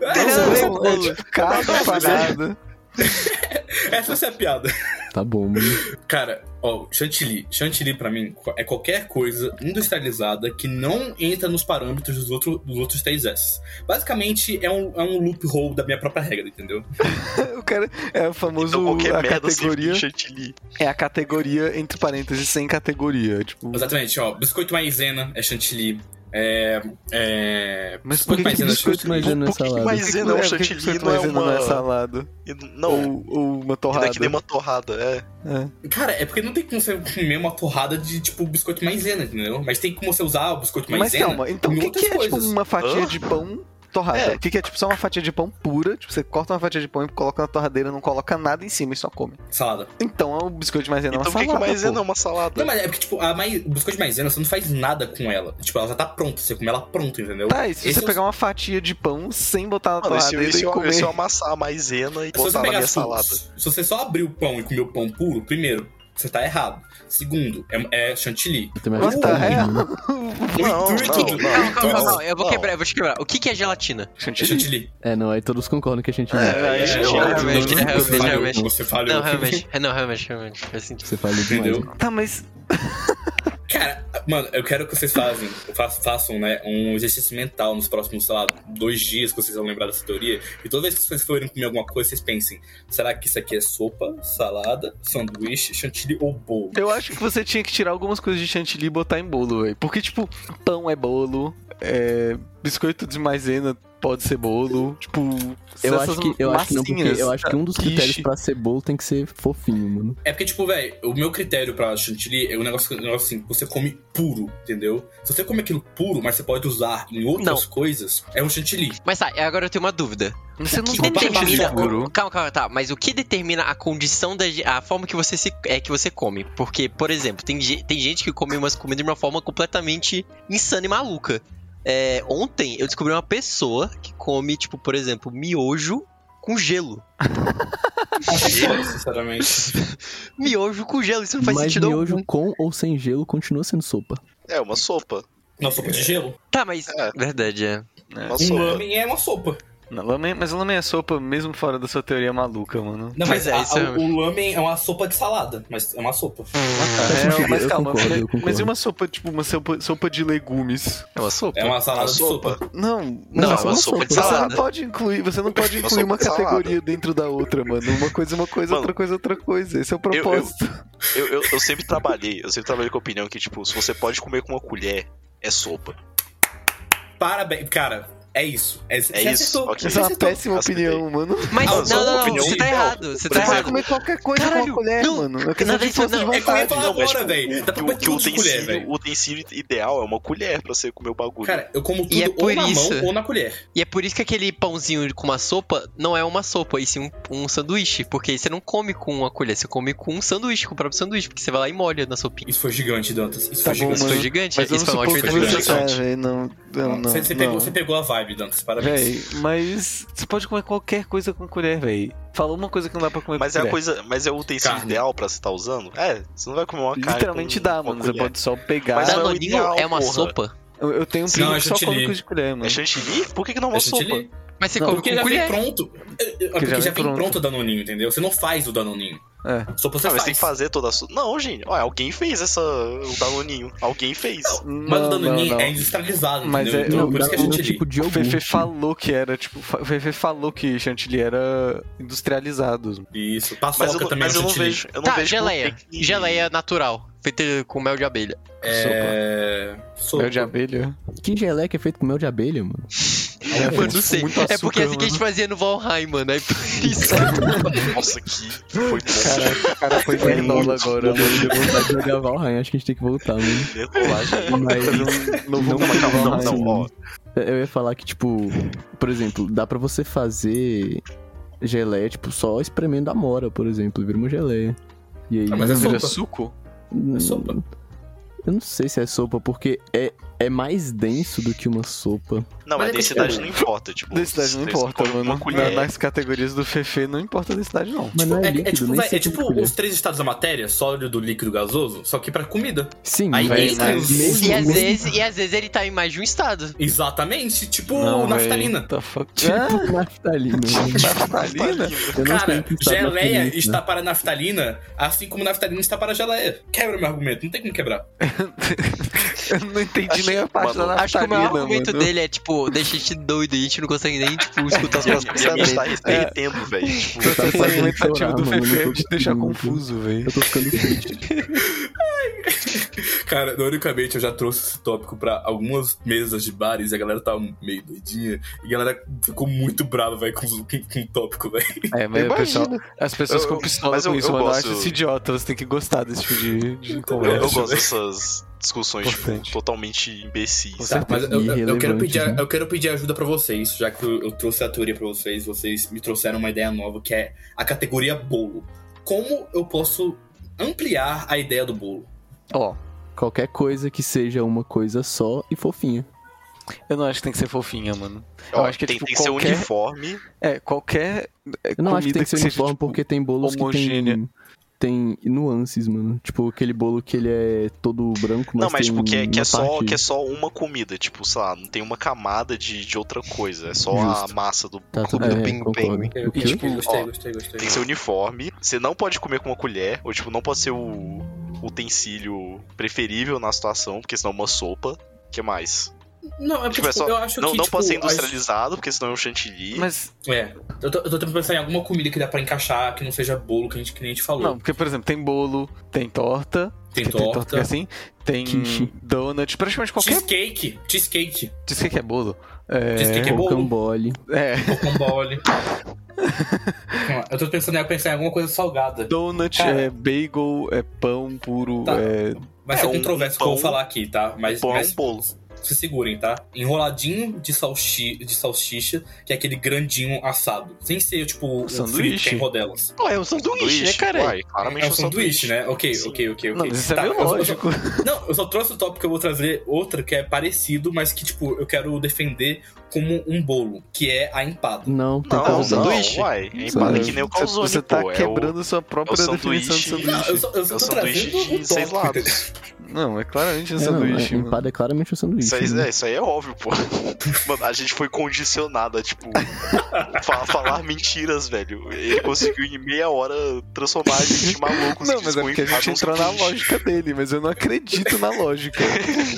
Speaker 2: Não, não,
Speaker 3: É tipo carne empanada.
Speaker 5: Essa vai ser a piada.
Speaker 1: Tá bom, mano.
Speaker 5: Cara, ó, chantilly. Chantilly pra mim é qualquer coisa industrializada que não entra nos parâmetros dos, outro, dos outros três S. Basicamente é um, é um loophole da minha própria regra, entendeu?
Speaker 3: O cara é o famoso
Speaker 4: Então qualquer
Speaker 3: a
Speaker 4: merda se
Speaker 3: categoria.
Speaker 4: vira chantilly.
Speaker 3: É a categoria entre parênteses sem categoria. Tipo,
Speaker 5: Exatamente, ó, biscoito maisena é chantilly. É. é
Speaker 3: Mas por que, que
Speaker 5: maisena
Speaker 3: biscoito
Speaker 5: chantilly.
Speaker 1: maisena? Não é
Speaker 4: Por que que
Speaker 1: salada.
Speaker 4: maisena é um
Speaker 3: por que
Speaker 4: chantilly,
Speaker 3: biscoito
Speaker 4: não é
Speaker 3: maisena não é
Speaker 4: uma...
Speaker 3: salado?
Speaker 4: Não,
Speaker 3: Ou, ou uma
Speaker 4: e
Speaker 3: torrada?
Speaker 4: daqui nem uma torrada, é.
Speaker 3: É.
Speaker 5: Cara, é porque não tem como você comer uma torrada de, tipo, biscoito maisena, entendeu? Mas tem como você usar o biscoito
Speaker 3: Mas
Speaker 5: maisena.
Speaker 3: calma, então o
Speaker 5: em
Speaker 3: que,
Speaker 5: outras
Speaker 3: que é tipo
Speaker 5: coisas.
Speaker 3: uma fatia
Speaker 4: Hã?
Speaker 3: de pão torrada?
Speaker 4: É.
Speaker 3: O que, que é tipo só uma fatia de pão pura? Tipo, você corta uma fatia de pão e coloca na torradeira, não coloca nada em cima e só come.
Speaker 5: Salada.
Speaker 3: Então é um biscoito de maisena, é uma
Speaker 4: Então por que
Speaker 3: salada.
Speaker 4: que maisena é
Speaker 3: pô.
Speaker 4: uma salada?
Speaker 5: Não, mas é porque, tipo, a mai... o biscoito de maisena, você não faz nada com ela. Tipo, ela já tá pronta, você come ela pronta, entendeu?
Speaker 3: Tá, e se
Speaker 5: Esse
Speaker 3: você
Speaker 5: é o-
Speaker 3: pegar uma fatia de pão sem botar na
Speaker 4: um Mano, é se eu,
Speaker 3: torradeira
Speaker 4: se
Speaker 3: e
Speaker 4: eu,
Speaker 3: comer...
Speaker 4: se eu amassar a maisena e
Speaker 5: Se você
Speaker 4: botar na minha
Speaker 5: tipo,
Speaker 4: salada.
Speaker 5: Se você só abrir o pão e comer o pão puro, primeiro, você tá errado. Segundo, é, é chantilly.
Speaker 1: Eu também
Speaker 3: Nossa,
Speaker 1: acho
Speaker 5: Mas
Speaker 1: que
Speaker 3: tá, é.
Speaker 1: né?
Speaker 4: Não,
Speaker 5: o
Speaker 4: não, não,
Speaker 5: intuito do- o intuito
Speaker 2: Calma, calma,
Speaker 5: do-
Speaker 2: calma, eu vou quebrar, eu vou te quebrar. O que que é gelatina?
Speaker 5: É chantilly.
Speaker 1: É, não, aí todos concordam que a gente
Speaker 4: É,
Speaker 1: não.
Speaker 4: aí é
Speaker 5: É,
Speaker 4: gelatina.
Speaker 2: realmente, é, realmente,
Speaker 5: não, você falhou,
Speaker 2: realmente.
Speaker 5: Você falhou.
Speaker 2: Não, realmente, é, não, realmente, realmente. Faz sentido.
Speaker 1: Você falou demais.
Speaker 5: Entendeu?
Speaker 4: um-
Speaker 1: né?
Speaker 3: Tá, mas...
Speaker 5: Cara, mano, eu quero que vocês fazem, fa- façam, né, um exercício mental nos próximos, sei lá, dois dias que vocês vão lembrar dessa teoria. E toda vez que vocês forem comer alguma coisa, vocês pensem: será que isso aqui é sopa, salada, sanduíche, chantilly ou bolo?
Speaker 3: Eu acho que você tinha que tirar algumas coisas de chantilly e botar em bolo, velho. Porque, tipo, pão é bolo, é... biscoito de maisena pode ser bolo, tipo...
Speaker 1: Eu
Speaker 3: essas
Speaker 1: acho, que, eu acho que não, porque
Speaker 3: massinhas,
Speaker 1: eu acho que um dos
Speaker 3: quiche.
Speaker 1: critérios pra ser bolo tem que ser fofinho, mano.
Speaker 5: É porque, tipo, velho, o meu critério pra chantilly é um negócio, um negócio assim, que você come puro, entendeu? Se você come aquilo puro, mas você pode usar em outras coisas, é um chantilly.
Speaker 2: Mas tá, agora eu tenho uma dúvida.
Speaker 3: Você não
Speaker 2: que
Speaker 3: compra
Speaker 2: determina.
Speaker 3: chantilly puro.
Speaker 2: Calma, calma, tá. Mas o que determina a condição da a forma que você se é que você come? Porque, por exemplo, tem, ge- tem gente que come umas comidas de uma forma completamente insana e maluca. É, ontem eu descobri uma pessoa que come, tipo, por exemplo, miojo com gelo.
Speaker 5: Sinceramente.
Speaker 2: Miojo com gelo, isso não faz
Speaker 1: Mas
Speaker 2: sentido
Speaker 1: miojo
Speaker 2: algum.
Speaker 1: com ou sem gelo continua sendo sopa.
Speaker 4: É, uma sopa.
Speaker 5: Não, sopa de gelo?
Speaker 2: Tá, mas.
Speaker 4: É.
Speaker 2: Verdade, é.
Speaker 4: Uma
Speaker 5: Um
Speaker 4: sopa.
Speaker 5: lamen é uma sopa.
Speaker 3: Não, lamen- mas lamen é sopa mesmo fora da sua teoria maluca, mano.
Speaker 5: Não,
Speaker 2: Pois
Speaker 5: mas
Speaker 2: é,
Speaker 5: a-
Speaker 2: isso é-
Speaker 5: o- o lamen é uma sopa de salada, mas é uma sopa.
Speaker 1: Faz sentido,
Speaker 3: mas
Speaker 1: eu
Speaker 3: calma,
Speaker 1: concordo,
Speaker 3: mas,
Speaker 1: eu concordo.
Speaker 3: mas e uma sopa, tipo, uma sopa, sopa de legumes?
Speaker 2: É uma sopa?
Speaker 5: É uma salada
Speaker 4: Uma
Speaker 5: de
Speaker 4: sopa.
Speaker 5: sopa.
Speaker 3: Não,
Speaker 2: Não,
Speaker 1: é
Speaker 3: mas
Speaker 1: uma
Speaker 4: sopa de
Speaker 3: Você não
Speaker 4: salada.
Speaker 3: pode incluir, você não pode
Speaker 4: Uma
Speaker 3: incluir uma
Speaker 4: sopa de
Speaker 3: categoria dentro da outra, mano. Uma coisa, é uma coisa,
Speaker 4: Mano,
Speaker 3: outra coisa, outra coisa. Esse é o
Speaker 4: eu-
Speaker 3: propósito.
Speaker 4: Eu, eu, eu sempre trabalhei, eu sempre trabalhei com a opinião que, tipo, se você pode comer com uma colher, é sopa.
Speaker 5: Parabéns. Cara, é isso. É, você
Speaker 4: isso,
Speaker 5: acertou.
Speaker 4: ok.
Speaker 3: Essa
Speaker 5: Você
Speaker 3: é uma
Speaker 5: acertou.
Speaker 3: péssima
Speaker 4: acertei.
Speaker 3: opinião, mano.
Speaker 2: Mas
Speaker 5: Ah,
Speaker 2: não,
Speaker 5: só
Speaker 2: não, não,
Speaker 5: opinião.
Speaker 2: você tá errado. Você tá
Speaker 4: Por
Speaker 3: Você
Speaker 4: exemplo,
Speaker 2: errado.
Speaker 3: pode comer qualquer coisa com
Speaker 2: Caralho,
Speaker 3: uma colher,
Speaker 2: não.
Speaker 3: mano. É questão
Speaker 2: Não,
Speaker 3: de
Speaker 2: isso
Speaker 3: força de
Speaker 2: não.
Speaker 5: É que eu ia
Speaker 3: vontade.
Speaker 5: falar
Speaker 4: Não, mas,
Speaker 5: agora,
Speaker 4: tipo,
Speaker 5: velho.
Speaker 4: Que
Speaker 5: Tá pra
Speaker 4: o,
Speaker 5: pôr
Speaker 4: que o
Speaker 5: tudo de colher,
Speaker 4: utensílio,
Speaker 5: velho.
Speaker 4: o utensílio ideal é uma colher pra você comer o bagulho.
Speaker 5: Cara, eu como tudo
Speaker 2: E é
Speaker 5: ou
Speaker 2: por
Speaker 5: na
Speaker 2: isso.
Speaker 5: mão ou na colher.
Speaker 2: E é por isso que aquele pãozinho com uma sopa não é uma sopa, e sim um, um sanduíche. Porque você não come com uma colher, você come com um sanduíche, com o próprio sanduíche, porque você vai lá e molha na sopinha.
Speaker 5: Isso foi gigante, Dantas. Isso
Speaker 3: Tá
Speaker 5: foi
Speaker 3: bom,
Speaker 2: Isso
Speaker 5: gigante.
Speaker 2: foi
Speaker 3: mano.
Speaker 2: gigante,
Speaker 3: Mas eu
Speaker 2: isso
Speaker 3: não
Speaker 2: foi uma
Speaker 3: suponho
Speaker 2: ótima
Speaker 3: que você
Speaker 2: interpretação.
Speaker 3: tá,
Speaker 5: interpretação.
Speaker 3: velho. Não, não, não.
Speaker 5: você, você
Speaker 3: não.
Speaker 5: Pegou, você pegou a vibe, Dantas. Parabéns.
Speaker 3: Véi, mas você pode comer qualquer coisa com colher, véi. Falou uma coisa que não dá pra comer
Speaker 4: Mas
Speaker 3: com
Speaker 4: é, a
Speaker 3: colher.
Speaker 4: coisa, mas é o utensílio
Speaker 5: Carne.
Speaker 4: ideal pra você tá usando? É, você não vai comer uma carne.
Speaker 3: Literalmente
Speaker 4: com
Speaker 3: dá,
Speaker 4: uma
Speaker 3: mano. Você
Speaker 4: colher.
Speaker 3: pode só pegar.
Speaker 4: Mas
Speaker 2: Mas
Speaker 4: é o
Speaker 2: Danoninho
Speaker 4: ideal,
Speaker 2: é uma
Speaker 4: porra.
Speaker 2: sopa?
Speaker 3: Eu, eu tenho um
Speaker 5: Não,
Speaker 3: primo
Speaker 5: é
Speaker 3: que só
Speaker 5: chantilly.
Speaker 3: come coisa de colher, mano.
Speaker 4: É chantilly? Por que, que não é uma
Speaker 5: É
Speaker 4: sopa?
Speaker 5: chantilly?
Speaker 2: Mas você
Speaker 3: Não,
Speaker 2: come
Speaker 5: Porque
Speaker 2: com
Speaker 5: já vem
Speaker 2: colher.
Speaker 5: pronto. É, é, Porque já vem pronto. o Danoninho, entendeu? Você não faz o Danoninho.
Speaker 3: É.
Speaker 5: Só você
Speaker 4: Ah, mas
Speaker 5: faz.
Speaker 4: tem que fazer toda a sua. Não, gente. Ó, alguém fez essa. O Danoninho. Alguém fez.
Speaker 5: Mas o
Speaker 3: Não,
Speaker 5: Danoninho
Speaker 3: não, não.
Speaker 5: é industrializado,
Speaker 3: Mas
Speaker 5: entendeu?
Speaker 3: é-
Speaker 5: Então,
Speaker 3: não,
Speaker 5: por isso que é
Speaker 1: é um
Speaker 5: chantilly.
Speaker 1: tipo de
Speaker 3: O
Speaker 1: iogurte.
Speaker 3: Fefe falou que era, tipo, fa- o Fefe falou que chantilly era industrializado.
Speaker 5: Isso.
Speaker 4: Mas eu,
Speaker 5: Paçoca
Speaker 4: não-
Speaker 5: também é um
Speaker 4: mas eu não
Speaker 5: chantilly.
Speaker 4: vejo. Eu não
Speaker 2: Tá,
Speaker 4: vejo como
Speaker 2: geleia.
Speaker 4: tem que-
Speaker 2: Geleia natural, feita com mel de abelha.
Speaker 5: É... Sopa.
Speaker 3: Mel de abelha.
Speaker 1: Que geleia que é feito com mel de abelha, mano?
Speaker 3: É,
Speaker 2: Eu não sei.
Speaker 3: muito açúcar,
Speaker 2: É porque é assim que a gente
Speaker 3: mano.
Speaker 2: fazia no Valheim, mano. É por isso.
Speaker 4: Nossa, que. Foi bom.
Speaker 3: Caraca, o cara foi nerdola agora, mano.
Speaker 1: Vontade de jogar Valheim, acho que a gente tem que voltar, mano.
Speaker 4: Nerolagem.
Speaker 1: Mas-
Speaker 3: Fazer um novo
Speaker 1: Não,
Speaker 3: mundo de
Speaker 4: calma,
Speaker 3: Valheim.
Speaker 4: não, ó.
Speaker 1: Eu ia falar que, tipo, por exemplo, dá pra você fazer geleia, tipo, só espremendo amora, por exemplo, vira uma geleia. E aí.
Speaker 5: Ah, mas é
Speaker 3: Vira
Speaker 5: sopa.
Speaker 3: suco?
Speaker 1: Hum,
Speaker 5: é sopa.
Speaker 1: Eu não sei se é sopa, porque é, é mais denso do que uma sopa.
Speaker 4: Não,
Speaker 5: Mas
Speaker 4: mas
Speaker 5: é
Speaker 4: densidade
Speaker 5: porque-
Speaker 4: não importa, tipo.
Speaker 3: Densidade não
Speaker 4: você
Speaker 3: importa,
Speaker 4: come
Speaker 3: mano.
Speaker 4: Uma colher.
Speaker 3: Na- nas categorias do Fefe não importa a densidade, não.
Speaker 1: Mas não é,
Speaker 5: É,
Speaker 1: líquido,
Speaker 5: é tipo,
Speaker 1: nem
Speaker 5: véi,
Speaker 1: sei
Speaker 5: é tipo
Speaker 1: como escolher.
Speaker 5: os três estados da matéria, sólido, líquido, gasoso, só que pra comida.
Speaker 1: Sim,
Speaker 5: Aí
Speaker 1: véi,
Speaker 5: tem
Speaker 1: mas é
Speaker 5: os-
Speaker 1: mesmo,
Speaker 2: E às
Speaker 1: mesmo-
Speaker 2: vezes, e às vezes ele tá em mais de um estado.
Speaker 5: Exatamente, tipo
Speaker 3: Não,
Speaker 5: naftalina.
Speaker 3: véi. Tá fuck.
Speaker 4: Ah.
Speaker 1: Tipo naftalina. né?
Speaker 4: Tipo
Speaker 1: mano.
Speaker 3: Naftalina?
Speaker 1: Eu não sei
Speaker 5: Cara,
Speaker 1: o que está
Speaker 5: geleia
Speaker 1: naftalina.
Speaker 5: está para naftalina, assim como naftalina está para geleia. Quebra meu argumento, não tem como quebrar.
Speaker 3: Eu não entendi
Speaker 4: Acho-
Speaker 3: nem a parte
Speaker 4: mano,
Speaker 3: da
Speaker 2: Acho que o maior
Speaker 3: naftalina,
Speaker 2: argumento
Speaker 3: mano.
Speaker 2: dele é, tipo, deixa a gente doido e a gente não consegue nem, tipo, escutar as
Speaker 4: Minha,
Speaker 2: próximas
Speaker 4: minha mente tá
Speaker 3: É.
Speaker 4: derretendo, velho. Tipo,
Speaker 1: Tá
Speaker 3: Processo
Speaker 1: fazendo
Speaker 3: argumentativo
Speaker 1: chorar,
Speaker 3: do
Speaker 1: mano, eu
Speaker 3: Fefe
Speaker 1: tô
Speaker 3: é te deixar
Speaker 1: conseguindo.
Speaker 3: confuso, velho.
Speaker 1: Eu tô ficando triste.
Speaker 5: Cara, ironicamente, eu já trouxe esse tópico pra algumas mesas de bares e a galera tá meio doidinha. E a galera ficou muito brava, velho, com, com, com o tópico, velho.
Speaker 3: É, mas o pessoal,
Speaker 2: Imagina.
Speaker 3: as pessoas
Speaker 4: Eu-
Speaker 3: ficam pistolas
Speaker 4: mas eu-
Speaker 3: com isso,
Speaker 4: eu
Speaker 3: mano. Eu
Speaker 4: gosto-
Speaker 3: acho isso idiota, você tem que gostar desse tipo de, de
Speaker 4: Eu, eu
Speaker 3: conversa.
Speaker 4: gosto dessas discussões tipo,
Speaker 3: Importante.
Speaker 4: totalmente
Speaker 1: Com
Speaker 4: imbecis.
Speaker 5: Tá, mas eu, eu- eu quero
Speaker 1: Irrelevantes,
Speaker 5: pedir,
Speaker 1: né?
Speaker 5: eu quero pedir ajuda pra vocês, já que eu, eu trouxe a teoria pra vocês, vocês me trouxeram uma ideia nova que é a categoria bolo. Como eu posso ampliar a ideia do bolo?
Speaker 3: Ó,
Speaker 1: Qualquer coisa que seja uma coisa só e fofinha.
Speaker 3: eu não acho que tem que ser fofinha, mano. Eu
Speaker 4: Ó,
Speaker 3: acho que,
Speaker 4: tem,
Speaker 3: tipo,
Speaker 4: tem que ser
Speaker 3: qualquer-
Speaker 4: uniforme.
Speaker 3: É, qualquer. é,
Speaker 1: Eu não acho que
Speaker 3: comida
Speaker 1: tem que ser
Speaker 3: seja,
Speaker 1: uniforme
Speaker 3: tipo,
Speaker 1: porque tem bolos
Speaker 3: homogênea.
Speaker 1: que tem, tem nuances, mano. Tipo aquele bolo que ele é todo branco, mas
Speaker 4: Não, mas
Speaker 1: tem
Speaker 4: tipo, que é, que é
Speaker 1: uma
Speaker 4: só,
Speaker 1: parte-
Speaker 4: que é só uma comida. Tipo, sei lá, não tem uma camada de, de outra coisa. É só a
Speaker 1: Justo.
Speaker 4: massa do.
Speaker 1: Tá, tá,
Speaker 2: Clube do
Speaker 1: é,
Speaker 2: Pingo
Speaker 1: concordo.
Speaker 2: Pingo.
Speaker 1: O quê?
Speaker 4: tipo,
Speaker 5: Gostei, tipo, gostei,
Speaker 4: Ó,
Speaker 5: gostei, gostei.
Speaker 4: Tem que ser uniforme. Você não pode comer com uma colher. Ou, tipo, não pode ser o utensílio preferível na situação, porque senão é uma sopa. O que mais?
Speaker 5: Não, é porque
Speaker 4: Tipo, é
Speaker 5: tipo,
Speaker 4: só-
Speaker 5: eu acho
Speaker 4: não
Speaker 5: que.
Speaker 4: não
Speaker 5: tipo,
Speaker 4: pode ser
Speaker 5: as-
Speaker 4: industrializado, porque senão é um chantilly.
Speaker 3: Mas
Speaker 5: É, eu tô, eu tô tentando pensar em alguma comida que dá pra encaixar que não seja bolo que, a gente, que nem a gente falou.
Speaker 3: Não, porque, por exemplo, tem bolo, tem torta.
Speaker 5: tem
Speaker 3: que que é
Speaker 5: torta.
Speaker 3: assim. Tem
Speaker 1: Quiche.
Speaker 3: donut. Praticamente qualquer.
Speaker 5: Cheesecake, cheesecake,
Speaker 3: Diz que é bolo. É.
Speaker 5: Cheesecake
Speaker 1: um
Speaker 5: é bolo.
Speaker 1: Rocambole.
Speaker 3: é.
Speaker 5: guacamole. eu tô pensando em pensar em alguma coisa salgada.
Speaker 3: Donut,
Speaker 5: Cara.
Speaker 3: é bagel, é pão puro,
Speaker 5: Tá.
Speaker 3: é.
Speaker 5: Vai
Speaker 4: É,
Speaker 5: ser
Speaker 4: um
Speaker 5: controverso o que eu
Speaker 4: pão-
Speaker 5: vou falar aqui, tá? Mas,
Speaker 4: Pão é
Speaker 5: mas
Speaker 4: um bolo.
Speaker 5: se segurem, tá? Enroladinho de, salchi... de salsicha, que é aquele grandinho assado. Sem ser, tipo, um
Speaker 3: Sanduíche?
Speaker 5: frito em rodelas.
Speaker 2: Pô, é um sanduíche, né, cara?
Speaker 4: Uai, claramente
Speaker 5: é um sanduíche, né? Ok, ok, ok, ok.
Speaker 3: Não, mas isso
Speaker 5: Tá,
Speaker 3: é meio
Speaker 5: eu só- eu só-
Speaker 3: lógico.
Speaker 5: Não, eu só trouxe o tópico que eu vou trazer outra que é parecido, mas que, tipo, eu quero defender como um bolo, que é a empada.
Speaker 1: Não, tem
Speaker 4: Não, um
Speaker 1: que
Speaker 4: não,
Speaker 1: usar.
Speaker 2: sanduíche?
Speaker 4: uai. É empada
Speaker 1: Sanduíche.
Speaker 4: que nem o
Speaker 3: Você-
Speaker 4: calzone,
Speaker 3: Você tá
Speaker 4: pô.
Speaker 3: quebrando sua própria
Speaker 4: sanduíche.
Speaker 3: definição de
Speaker 5: Não, eu
Speaker 3: sanduíche.
Speaker 5: só, eu
Speaker 4: É o,
Speaker 5: só
Speaker 4: é o
Speaker 5: tô
Speaker 4: sanduíche
Speaker 5: trazendo o
Speaker 4: de seis
Speaker 5: tópico, entendeu?
Speaker 4: lados.
Speaker 3: Não, é claramente um
Speaker 1: É, não,
Speaker 3: sanduíche,
Speaker 1: é,
Speaker 3: mano.
Speaker 1: empada é claramente um sanduíche.
Speaker 4: Isso aí,
Speaker 1: né?
Speaker 4: é, isso aí é óbvio, pô. Mano, a gente foi condicionado a, tipo, fa- falar mentiras, velho. Ele conseguiu em meia hora transformar a gente em malucos.
Speaker 3: Não,
Speaker 4: que
Speaker 3: mas é
Speaker 4: com
Speaker 3: porque a
Speaker 4: empada
Speaker 3: gente entrou na
Speaker 4: sanduíche.
Speaker 3: lógica dele, mas eu não acredito na lógica.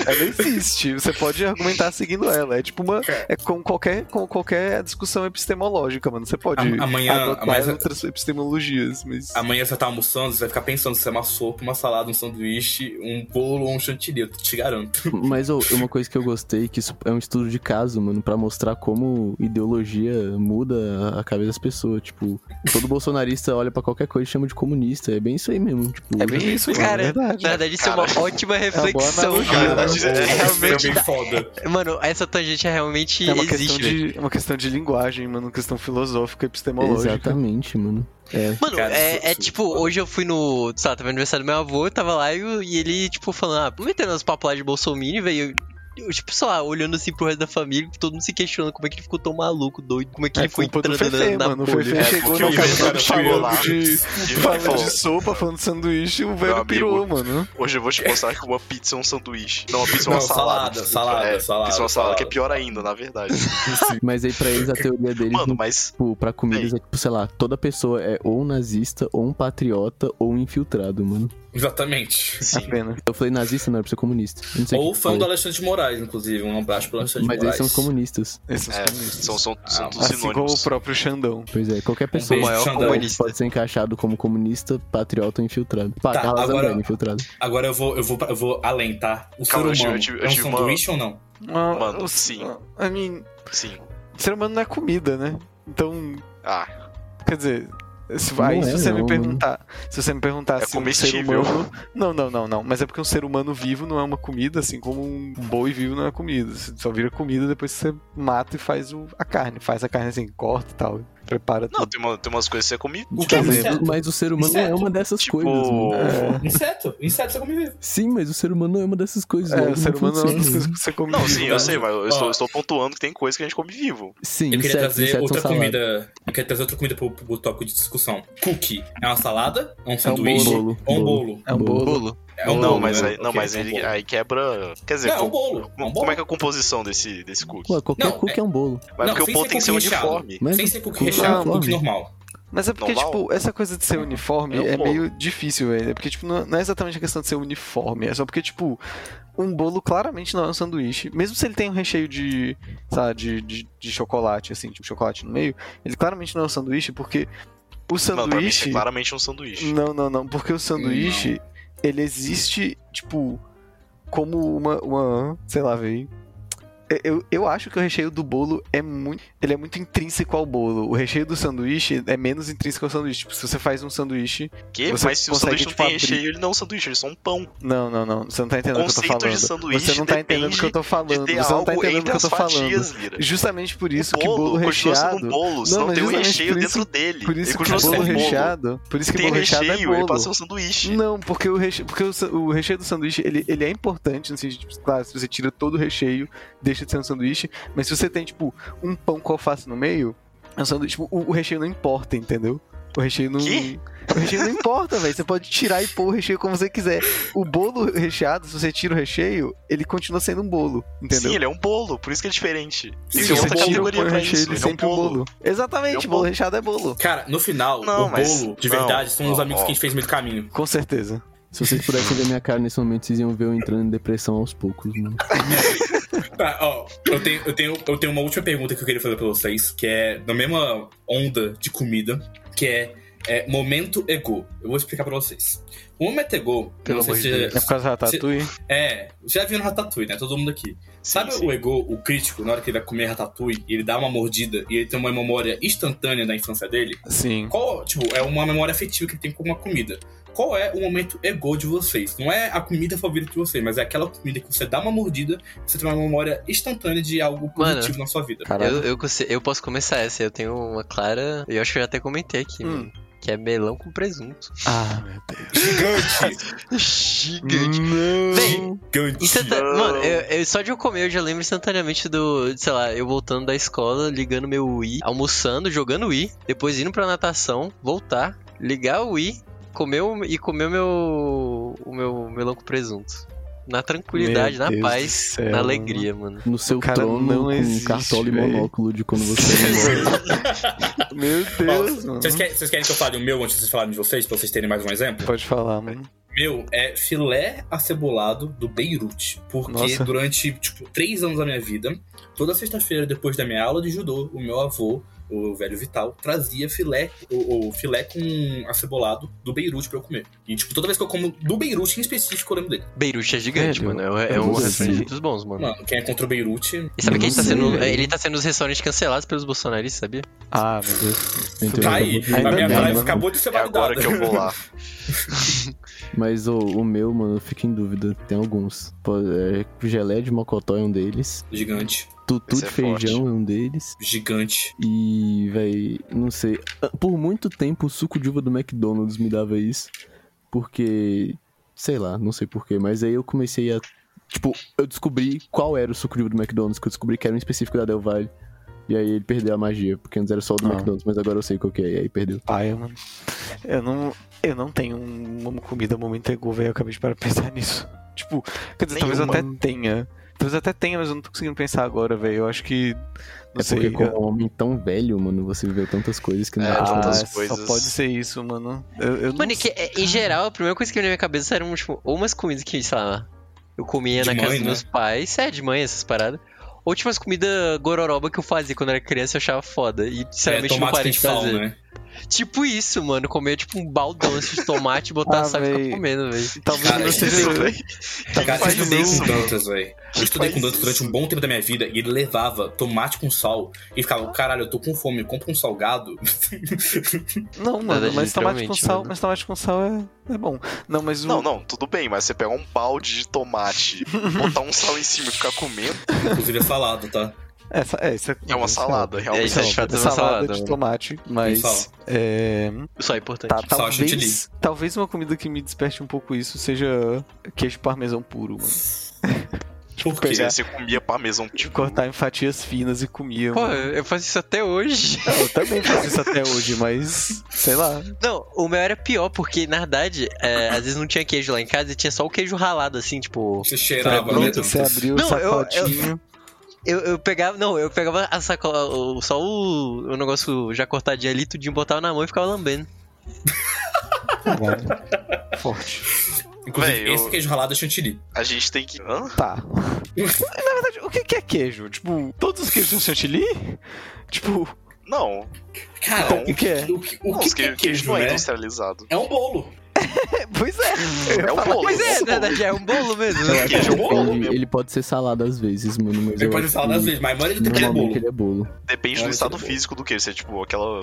Speaker 3: Ela existe. Você pode argumentar seguindo ela. É tipo uma. É com qualquer, com qualquer discussão epistemológica, mano. Você pode
Speaker 5: Am- amanhã-
Speaker 3: adotar
Speaker 5: mas-
Speaker 3: outras epistemologias, mas.
Speaker 5: Amanhã você tá almoçando, você vai ficar pensando se é uma sopa, uma salada, um sanduíche, um bolo ou um chantilly, eu te garanto.
Speaker 1: Mas ô, uma coisa que eu gostei, que isso é um estudo de caso, mano, pra mostrar como ideologia muda a cabeça das pessoas. Tipo, todo bolsonarista olha pra qualquer coisa e chama de comunista. É bem isso aí mesmo. Tipo,
Speaker 3: É bem isso, mano,
Speaker 2: Cara,
Speaker 3: é verdade.
Speaker 2: Na verdade, isso é uma ótima reflexão,
Speaker 3: analogia,
Speaker 2: cara.
Speaker 3: né?
Speaker 2: É realmente.
Speaker 5: bem foda.
Speaker 2: Mano, essa tangente realmente
Speaker 3: É uma, questão
Speaker 2: existe, velho.
Speaker 3: de, é uma questão de linguagem, mano, uma questão filosófica, epistemológica.
Speaker 1: Exatamente, mano. É.
Speaker 2: Mano,
Speaker 5: Cara,
Speaker 2: é,
Speaker 5: isso-
Speaker 2: é
Speaker 5: isso-
Speaker 2: tipo, hoje eu fui no, sei lá, tava no aniversário do meu avô, eu tava lá e, o- e ele, tipo, falando, ah, metendo as papos lá de Bolsonaro, velho. Eu, eu, tipo, sei lá, olhando assim pro resto da família, todo mundo se questionando como é que ele ficou tão maluco, doido, como é que
Speaker 3: É
Speaker 2: ele foi
Speaker 3: culpa do
Speaker 2: entrando
Speaker 3: Fefe,
Speaker 2: na, na
Speaker 3: mano. É, O
Speaker 2: bolha.
Speaker 3: Fefe chegou
Speaker 4: porque
Speaker 2: um
Speaker 3: no
Speaker 4: o Ivan
Speaker 3: casal
Speaker 4: chegou
Speaker 3: falando
Speaker 4: lá.
Speaker 3: de,
Speaker 4: E
Speaker 3: falando
Speaker 4: falou,
Speaker 3: de sopa, falando de sanduíche, o velho
Speaker 4: amigo.
Speaker 3: pirou, mano.
Speaker 4: Hoje eu vou te mostrar que uma pizza é um sanduíche. Não, uma pizza é uma
Speaker 5: Não,
Speaker 4: salada.
Speaker 5: salada, salada,
Speaker 4: é,
Speaker 5: salada.
Speaker 4: Pizza é uma salada, que é pior ainda, na verdade.
Speaker 1: Mas aí pra eles a teoria deles,
Speaker 4: Mano,
Speaker 1: não,
Speaker 4: mas
Speaker 1: tipo, pra comidas é tipo, sei lá, toda pessoa é ou um nazista, ou um patriota, ou um infiltrado, mano.
Speaker 5: Exatamente.
Speaker 4: sim.
Speaker 3: Pena.
Speaker 1: Eu falei nazista, não era pra ser comunista. Eu Não sei
Speaker 5: Ou
Speaker 1: o que eu
Speaker 5: fã do
Speaker 1: falei.
Speaker 5: Alexandre de Moraes, inclusive, um abraço pro Alexandre
Speaker 1: Mas
Speaker 5: de
Speaker 1: eles
Speaker 5: Moraes.
Speaker 1: são os comunistas.
Speaker 3: Esses
Speaker 4: É,
Speaker 3: comunistas.
Speaker 4: são, são, são
Speaker 5: Ah,
Speaker 4: todos
Speaker 3: Assim como o
Speaker 4: sinônimos.
Speaker 3: próprio Xandão.
Speaker 1: Pois é, qualquer
Speaker 5: Um
Speaker 1: pessoa
Speaker 5: beijo,
Speaker 2: maior
Speaker 5: Xandão.
Speaker 2: comunista.
Speaker 1: pode ser encaixado como comunista, patriota ou infiltrado. Pá,
Speaker 5: Tá,
Speaker 1: Carla
Speaker 5: agora-
Speaker 1: Zambelli, infiltrado.
Speaker 5: Agora eu vou, eu vou, pra- eu vou além, tá? O
Speaker 4: Calma, eu
Speaker 5: ser
Speaker 4: tive-
Speaker 5: humano
Speaker 4: eu tive- eu
Speaker 5: é um
Speaker 4: tive uma-
Speaker 5: sanduíche ou não?
Speaker 3: Ah,
Speaker 4: Mano,
Speaker 3: os-
Speaker 4: sim.
Speaker 3: I mean,
Speaker 4: Sim.
Speaker 3: ser humano não é comida, né? Então,
Speaker 4: Ah,
Speaker 3: Quer dizer, se,
Speaker 1: Não
Speaker 3: aí,
Speaker 1: é,
Speaker 3: se você
Speaker 1: não,
Speaker 3: me perguntar, se você me
Speaker 4: É
Speaker 3: perguntar se um ser
Speaker 4: comestível.
Speaker 3: humano, não, não, não, não, mas é porque um ser humano vivo não é uma comida, assim como um boi vivo não é comida. Você só vira comida depois que você mata e faz o- a carne, faz a carne assim, corta e tal, prepara
Speaker 4: não,
Speaker 3: tudo.
Speaker 4: tem, uma, tem umas coisas que você come.
Speaker 5: O que é
Speaker 1: Tá, mas-
Speaker 5: inseto?
Speaker 1: Mas o ser humano não é
Speaker 5: Inseto?
Speaker 1: uma dessas
Speaker 4: Tipo,
Speaker 1: coisas, mano.
Speaker 5: Inseto, inseto é você come vivo.
Speaker 1: Sim, mas o ser humano não é uma dessas coisas.
Speaker 3: É,
Speaker 1: logo
Speaker 3: o ser
Speaker 1: não
Speaker 3: humano é uma das
Speaker 1: funciona.
Speaker 3: coisas que você come.
Speaker 4: Não,
Speaker 3: vivo,
Speaker 4: sim,
Speaker 3: né?
Speaker 4: eu sei, mas eu estou,
Speaker 5: Ó.
Speaker 4: estou pontuando que tem coisa que a gente come vivo.
Speaker 1: Sim,
Speaker 5: Eu queria
Speaker 1: insetos,
Speaker 5: trazer
Speaker 1: insetos
Speaker 5: outra
Speaker 1: são salada.
Speaker 5: comida. Eu queria trazer outra comida pro, pro tópico de discussão. Cookie é uma salada? É um
Speaker 3: bolo.
Speaker 5: sanduíche?
Speaker 1: Bolo.
Speaker 5: É um
Speaker 1: Bolo.
Speaker 5: bolo.
Speaker 3: É um
Speaker 1: Bolo.
Speaker 3: bolo.
Speaker 2: Bolo.
Speaker 5: É um
Speaker 4: não,
Speaker 5: bolo.
Speaker 4: mas,
Speaker 5: né?
Speaker 4: aí, não,
Speaker 5: Ok,
Speaker 4: mas
Speaker 5: é um
Speaker 4: ele,
Speaker 5: bolo.
Speaker 4: aí quebra. Quer dizer,
Speaker 5: Não, é um
Speaker 4: como-
Speaker 5: bolo. É um bolo.
Speaker 4: como é que é a composição desse, desse cookie?
Speaker 1: Pô, qualquer
Speaker 5: Não,
Speaker 1: cookie é... um bolo. né?
Speaker 4: Mas
Speaker 5: Não,
Speaker 4: porque
Speaker 5: sem
Speaker 4: o bolo
Speaker 5: ser
Speaker 4: tem que ser
Speaker 5: cookie recheado.
Speaker 4: uniforme.
Speaker 1: Mas
Speaker 5: Sem ser cookie
Speaker 1: Cookie
Speaker 5: recheado,
Speaker 1: normal.
Speaker 5: cookie um normal.
Speaker 3: Mas é porque,
Speaker 4: Normal?
Speaker 3: tipo, essa coisa de ser uniforme
Speaker 4: É um
Speaker 3: é,
Speaker 4: bolo.
Speaker 3: meio difícil, velho. É porque, tipo, não não é exatamente a questão de ser uniforme. É só porque, tipo, um bolo claramente não é um sanduíche. Mesmo se ele tem um recheio de, sei lá, de, de, de chocolate, assim, tipo, chocolate no meio, ele claramente não é um sanduíche porque o
Speaker 4: Não, pra mim isso é
Speaker 3: sanduíche...
Speaker 4: claramente um sanduíche.
Speaker 3: Não, não, não. Porque o sanduíche, ele existe, tipo, como uma, uma sei lá, velho. Eu, eu acho que o recheio do bolo é muito. Ele é muito intrínseco ao bolo. O recheio do sanduíche é menos intrínseco ao sanduíche. Tipo, se você faz um sanduíche.
Speaker 4: Que?
Speaker 3: Você
Speaker 4: Mas se o
Speaker 3: consegue,
Speaker 4: sanduíche não
Speaker 3: tipo,
Speaker 4: tem
Speaker 3: abrir.
Speaker 4: recheio, ele não é um sanduíche, ele é só um pão.
Speaker 3: Não, não, não. Você não tá entendendo o, que eu tô
Speaker 4: conceito de
Speaker 3: falando.
Speaker 4: sanduíche
Speaker 3: você não tá entendendo o que eu tô
Speaker 4: De
Speaker 3: falando.
Speaker 4: ter
Speaker 3: Você não
Speaker 4: algo
Speaker 3: tá entendendo o que
Speaker 4: entre
Speaker 3: eu
Speaker 4: as
Speaker 3: tô falando.
Speaker 4: fatias, Lira.
Speaker 3: Justamente por isso
Speaker 4: o
Speaker 3: que
Speaker 4: bolo
Speaker 3: bolo
Speaker 4: continua
Speaker 3: recheado.
Speaker 4: sendo um bolo,
Speaker 3: Não,
Speaker 4: senão
Speaker 3: mas
Speaker 4: tem um
Speaker 3: justamente
Speaker 4: recheio
Speaker 3: por isso-
Speaker 4: dentro dele.
Speaker 3: Por isso
Speaker 4: ele
Speaker 3: que o
Speaker 4: continua
Speaker 3: bolo
Speaker 4: sendo um bolo.
Speaker 3: recheado. Por isso que
Speaker 4: Tem
Speaker 3: bolo recheado é
Speaker 4: recheio, ele passa a
Speaker 3: bolo. Hum,
Speaker 4: ser um sanduíche.
Speaker 3: Não, porque o recheio, porque o, sa- o recheio do sanduíche, ele, ele é importante, no sentido, tipo, claro, se você tira todo o recheio, deixa de ser um sanduíche, mas se você tem, tipo, um pão com alface no meio, é um sanduíche, tipo, o, o recheio não importa, entendeu? O recheio não...
Speaker 4: Quê?
Speaker 3: O recheio não importa, velho, você pode tirar e pôr o recheio como você quiser. O bolo recheado, se você tira o recheio, ele continua sendo um bolo, entendeu?
Speaker 4: Sim, ele é um bolo, por isso que é diferente.
Speaker 5: Sim,
Speaker 4: Existe
Speaker 3: se você
Speaker 4: outra
Speaker 3: tira ou
Speaker 4: categoria
Speaker 3: põe o
Speaker 4: pra
Speaker 3: recheio,
Speaker 4: isso,
Speaker 3: ele
Speaker 4: ele é um
Speaker 3: sempre é um bolo. Exatamente,
Speaker 4: Ele é um
Speaker 3: bolo
Speaker 4: bolo.
Speaker 3: recheio é bolo.
Speaker 5: Cara, no final,
Speaker 4: Não,
Speaker 5: o
Speaker 4: mas-
Speaker 5: bolo, de
Speaker 4: não.
Speaker 5: verdade, são os
Speaker 4: Ó,
Speaker 5: amigos
Speaker 4: ó.
Speaker 5: que a gente fez no meio do caminho.
Speaker 3: Com certeza.
Speaker 1: Se vocês pudessem ver minha cara nesse momento, vocês iam ver eu entrando em depressão aos poucos, né? mano.
Speaker 5: Tá, ó, eu tenho, eu, tenho, eu tenho uma última pergunta que eu queria fazer pra vocês, que é na mesma onda de comida, que é, é momento ego. Eu vou explicar pra vocês. O momento ego,
Speaker 2: Pelo
Speaker 5: eu não sei
Speaker 2: amor
Speaker 5: se-
Speaker 2: de
Speaker 3: É por causa da Ratatouille?
Speaker 5: É, já viu no Ratatouille, né? Todo mundo aqui. Sabe
Speaker 4: sim.
Speaker 5: o Ego, o crítico, na hora que ele vai comer ratatouille, ele dá uma mordida e ele tem uma memória instantânea da infância dele?
Speaker 3: Sim.
Speaker 5: Qual, tipo, é uma memória afetiva que ele tem com uma comida. Qual é o momento ego de vocês? Não é a comida favorita de vocês, mas é aquela comida que você dá uma mordida e você tem uma memória instantânea de algo
Speaker 2: Mano.
Speaker 5: positivo na sua vida.
Speaker 3: Caralho.
Speaker 2: Eu, eu, conse- eu posso começar essa, eu tenho uma clara. Eu acho que eu já até comentei aqui,
Speaker 3: Hum.
Speaker 2: mano. Que é melão com presunto.
Speaker 3: Ah, meu
Speaker 5: Gigante!
Speaker 2: Gigante.
Speaker 3: Deus.
Speaker 2: Vem,
Speaker 5: Gigante!
Speaker 2: Instantane- Mano, eu, eu- só de eu comer eu já lembro instantaneamente do, sei lá, eu voltando da escola, ligando meu Wii, almoçando, jogando Wii, depois indo pra natação, voltar, ligar o Wii, comer o- e comer o meu, o meu melão com presunto. Na tranquilidade,
Speaker 3: Meu
Speaker 2: na
Speaker 3: Deus do
Speaker 2: paz,
Speaker 3: céu,
Speaker 2: na alegria, mano.
Speaker 1: No seu
Speaker 3: cara
Speaker 1: trono
Speaker 3: não
Speaker 1: com um
Speaker 3: existe,
Speaker 1: cartola e
Speaker 3: véi.
Speaker 1: monóculo de quando você é menor.
Speaker 3: Meu
Speaker 5: Ó,
Speaker 3: Deus, mano.
Speaker 5: Vocês querem, vocês querem que eu fale o meu antes de vocês falarem de vocês, pra vocês terem mais um exemplo?
Speaker 3: Pode falar, mano.
Speaker 5: Meu, é filé acebolado do Beirute. Porque
Speaker 3: Nossa.
Speaker 5: durante, tipo, três anos da minha vida, toda sexta-feira, depois da minha aula de judô, o meu avô, o velho Vital, trazia filé, o, o filé com acebolado do Beirute pra eu comer. E, tipo, toda vez que eu como do Beirute em específico, eu lembro dele.
Speaker 2: Beirute é gigante,
Speaker 1: Velho,
Speaker 2: mano. É, é
Speaker 1: eu
Speaker 2: um
Speaker 1: não
Speaker 2: restaurante
Speaker 3: assim?
Speaker 1: sei.
Speaker 2: dos bons, mano.
Speaker 5: Mano, quem é contra o Beirute.
Speaker 2: E sabe
Speaker 1: Eu
Speaker 2: que ele
Speaker 1: não
Speaker 2: tá,
Speaker 1: sei,
Speaker 2: sendo,
Speaker 1: velho.
Speaker 2: ele tá sendo os restaurantes cancelados pelos bolsonaristas, sabia?
Speaker 3: Ah, meu Deus.
Speaker 1: Então,
Speaker 5: Tá aí,
Speaker 1: acabou de-
Speaker 5: a
Speaker 3: Ainda
Speaker 5: minha
Speaker 3: bem,
Speaker 5: frase
Speaker 3: né?
Speaker 5: acabou de ser
Speaker 4: É
Speaker 5: validada.
Speaker 4: agora que eu vou lá.
Speaker 1: Mas o, o meu, mano, eu fico em dúvida. Tem alguns. Pô, é, Gelé de mocotó é um deles.
Speaker 5: Gigante,
Speaker 1: Tutu
Speaker 4: Esse
Speaker 1: de
Speaker 4: é
Speaker 1: feijão
Speaker 4: forte.
Speaker 1: é um deles.
Speaker 5: gigante.
Speaker 1: E, véi, não sei. Por muito tempo o suco de uva do McDonald's me dava isso. Porque. Sei lá, não sei porquê. Mas aí eu comecei a. Tipo, eu descobri qual era o suco de uva do McDonald's, que eu descobri que era um específico da Del Valle. E aí ele perdeu a magia, porque antes era só o do
Speaker 3: Ah.
Speaker 1: McDonald's, mas agora eu sei qual que é, e aí perdeu.
Speaker 3: Pai, mano. Eu não, eu não tenho um, uma comida momento ego, velho. Eu acabei de parar pra pensar nisso. Tipo, quer dizer, talvez eu até
Speaker 4: Nenhuma.
Speaker 3: tenha. Talvez eu até tenha, mas eu não tô conseguindo pensar agora, velho. Eu acho que. Não
Speaker 1: é
Speaker 3: sei.
Speaker 1: porque como um homem tão velho, mano, você viveu tantas coisas que não
Speaker 4: É,
Speaker 1: dá pra
Speaker 3: Ah,
Speaker 4: tantas
Speaker 1: falar.
Speaker 3: só
Speaker 4: coisas.
Speaker 3: pode ser isso, mano. Eu, eu
Speaker 2: Mano,
Speaker 3: não
Speaker 2: e que, é, em geral, a primeira coisa que veio na minha cabeça eram, tipo, ou umas comidas que, sei lá, eu comia
Speaker 5: De
Speaker 2: na
Speaker 5: mãe,
Speaker 2: casa dos
Speaker 5: né?
Speaker 2: meus pais, é, de manhã, essas paradas. Ou tipo umas comidas gororoba que eu fazia quando era criança e eu achava foda. E, sinceramente, não parei de
Speaker 5: É, sal, né?
Speaker 2: fazer. Tipo isso, mano. Comer, tipo, um baldão assim, de tomate, botar
Speaker 3: Ah,
Speaker 2: sal e
Speaker 3: véi.
Speaker 2: ficar comendo, velho.
Speaker 3: Talvez
Speaker 5: Cara,
Speaker 3: não
Speaker 5: isso
Speaker 3: seja.
Speaker 5: Cara, eu
Speaker 4: faz
Speaker 5: estudei
Speaker 4: isso,
Speaker 5: com Dantas, velho. Eu estudei com
Speaker 4: faz
Speaker 5: Dantas durante
Speaker 4: isso?
Speaker 5: um bom tempo da minha vida e ele levava tomate com sal e ficava, caralho, eu tô com fome, compra um salgado.
Speaker 3: Não,
Speaker 2: Nada
Speaker 3: mano,
Speaker 2: de
Speaker 3: mas tomate com
Speaker 2: literalmente,
Speaker 3: sal.
Speaker 2: mano.
Speaker 3: Mas tomate com sal é, é bom. Não, mas o.
Speaker 4: Não, não, tudo bem, mas você pegar um balde de tomate, botar um sal em cima e ficar comendo,
Speaker 5: Inclusive é salado, tá?
Speaker 3: É, sa- é, isso
Speaker 4: é uma salada, realmente.
Speaker 2: isso é de fato
Speaker 3: é
Speaker 2: uma
Speaker 3: salada,
Speaker 2: salada,
Speaker 3: de
Speaker 2: mano.
Speaker 3: tomate,
Speaker 5: Tem
Speaker 3: mas
Speaker 5: sal.
Speaker 3: é,
Speaker 2: Só é importante.
Speaker 3: tá,
Speaker 5: Sal, chantilly.
Speaker 3: talvez, talvez uma comida que me desperte um pouco isso seja queijo parmesão puro, mano.
Speaker 5: Por
Speaker 4: Porque
Speaker 5: quê?
Speaker 3: pegar.
Speaker 4: você comia parmesão, tipo,
Speaker 3: Cortar em fatias finas e comia.
Speaker 2: Pô,
Speaker 3: mano.
Speaker 2: eu faço isso até hoje.
Speaker 3: Não, eu também faço isso até hoje, mas sei lá.
Speaker 2: Não, o meu era pior, porque, na verdade, é, às vezes não tinha queijo lá em casa e tinha só o queijo ralado, assim, tipo.
Speaker 5: Você
Speaker 3: Era
Speaker 5: cheirava, né?
Speaker 3: pronto,
Speaker 5: Dantas?
Speaker 3: você abriu o
Speaker 2: Não, eu- eu-
Speaker 3: sacotinho.
Speaker 2: Eu, eu pegava, não, eu pegava a sacola, o- só o, o negócio já cortadinho ali, tudinho, botava na mão e ficava lambendo.
Speaker 3: Caralho. Forte.
Speaker 5: Inclusive,
Speaker 4: Véi, eu-
Speaker 5: esse queijo ralado é chantilly.
Speaker 4: a gente tem que. Hã?
Speaker 3: Tá. Na verdade, o que que é queijo? Tipo, todos os queijos são chantilly? Tipo,
Speaker 4: Não,
Speaker 5: Cara,
Speaker 3: o que é?
Speaker 5: o que, o
Speaker 4: não,
Speaker 5: que
Speaker 4: os
Speaker 5: que é
Speaker 4: que,
Speaker 5: queijo,
Speaker 4: não é
Speaker 5: né?
Speaker 4: industrializado.
Speaker 5: É um bolo.
Speaker 3: pois é. eu ia
Speaker 4: É um
Speaker 3: falar
Speaker 4: bolo.
Speaker 2: Pois é,
Speaker 4: Esse
Speaker 3: né,
Speaker 2: na
Speaker 4: bolo.
Speaker 2: verdade é um bolo mesmo.
Speaker 1: Eu acho que
Speaker 4: Queijo
Speaker 1: depende-
Speaker 4: bolo mesmo.
Speaker 1: ele pode ser salada às vezes, mano. Mas
Speaker 5: Ele
Speaker 1: eu
Speaker 5: pode
Speaker 1: acho
Speaker 5: falar
Speaker 1: que
Speaker 5: das vezes, mas a maioria do tempo é bolo.
Speaker 1: Normalmente ele é bolo.
Speaker 4: Depende
Speaker 5: Não,
Speaker 4: do
Speaker 5: esse é
Speaker 4: estado
Speaker 5: bom.
Speaker 4: físico do queijo. Se é tipo aquela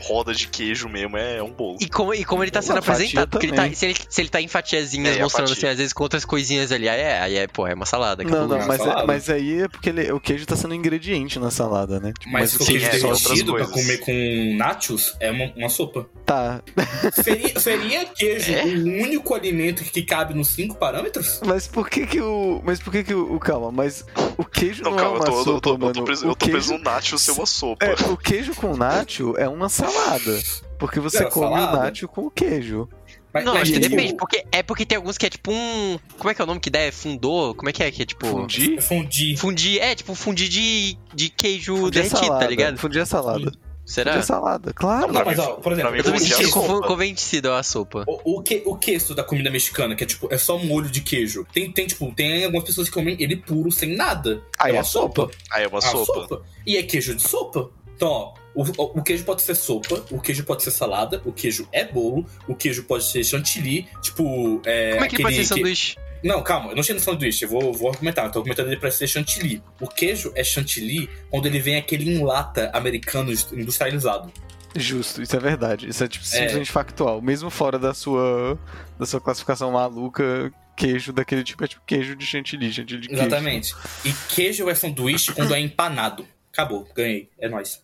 Speaker 4: roda de queijo mesmo, é um bolo.
Speaker 2: E como, e como ele tá
Speaker 3: Uma
Speaker 2: sendo
Speaker 3: fatia
Speaker 2: apresentado, porque ele tá,
Speaker 3: também.
Speaker 2: se, ele, se ele tá em fatiazinhas
Speaker 4: É, é a
Speaker 2: mostrando
Speaker 4: fatia.
Speaker 2: assim, às vezes com outras coisinhas ali, aí é, aí é, pô, é uma salada.
Speaker 3: Não,
Speaker 5: pouco
Speaker 3: não,
Speaker 5: na
Speaker 3: mas,
Speaker 5: salada.
Speaker 3: é- mas aí é porque ele- o queijo tá sendo um ingrediente na salada, né? Tipo,
Speaker 5: Mas se for
Speaker 4: sim,
Speaker 5: queijo
Speaker 4: é, tem outras
Speaker 5: derretido pra
Speaker 4: coisas.
Speaker 5: comer com nachos, é uma, uma sopa.
Speaker 3: Tá.
Speaker 5: Seria, seria queijo
Speaker 2: É?
Speaker 5: o único alimento que cabe nos cinco parâmetros?
Speaker 3: Mas por que que o. Mas por que que o. o- Calma, mas o queijo não,
Speaker 4: Não, calma,
Speaker 3: é
Speaker 4: eu
Speaker 3: uma
Speaker 4: tô, eu tô-
Speaker 3: sopa,
Speaker 4: eu tô,
Speaker 3: mano.
Speaker 4: eu tô preso,
Speaker 3: o
Speaker 4: eu tô
Speaker 3: queijo-
Speaker 4: preso um nacho ser uma sopa.
Speaker 3: É, o queijo com nacho é uma salada. Porque você
Speaker 5: É,
Speaker 3: come
Speaker 5: salada.
Speaker 3: o nacho com o queijo.
Speaker 5: Mas-
Speaker 2: não,
Speaker 5: mas,
Speaker 2: acho que
Speaker 5: tipo,
Speaker 2: depende, porque é porque tem alguns que é tipo um. Como é que é o nome que dá? É fundô? Como é que é? Que é tipo. Fundi,
Speaker 3: Fundi?
Speaker 5: Fundi.
Speaker 2: é tipo fundi de, de queijo
Speaker 3: Fundi é
Speaker 2: derretido,
Speaker 3: salada.
Speaker 2: tá ligado?
Speaker 3: Fundi é salada.
Speaker 2: Será?
Speaker 3: Fundi é salada, claro.
Speaker 5: Não,
Speaker 4: pra
Speaker 5: mas
Speaker 4: mim-
Speaker 5: ó, por exemplo,
Speaker 4: pra mim
Speaker 2: Eu tô me
Speaker 4: Fundi é
Speaker 2: sentindo
Speaker 4: sopa.
Speaker 2: conven- convencido a sopa.
Speaker 5: O, o, que, o queso da comida mexicana, que é tipo, é só molho de queijo. Tem, tem, tipo, tem algumas pessoas que comem ele puro, sem nada.
Speaker 3: Aí
Speaker 5: é uma
Speaker 3: é
Speaker 5: sopa.
Speaker 4: Ah, é uma
Speaker 5: Ah,
Speaker 4: sopa.
Speaker 5: E é queijo de sopa. Então, ó, o, o- o queijo pode ser sopa, o queijo pode ser salada, o queijo é bolo, o queijo pode ser chantilly, tipo. É,
Speaker 2: Como é que ele pode ser
Speaker 5: aquele que-
Speaker 2: sanduíche?
Speaker 5: Não, calma, eu não cheguei no sanduíche, eu vou, vou argumentar. Eu tô argumentando ele pra ser chantilly. O queijo é chantilly quando ele vem aquele em lata americano industrializado.
Speaker 3: Justo, isso é verdade. Isso é tipo simplesmente factual. Mesmo fora da sua da sua classificação maluca, queijo daquele tipo é tipo queijo de chantilly, chantilly de queijo.
Speaker 5: Exatamente. E queijo é sanduíche quando é empanado. Acabou, ganhei. É nóis.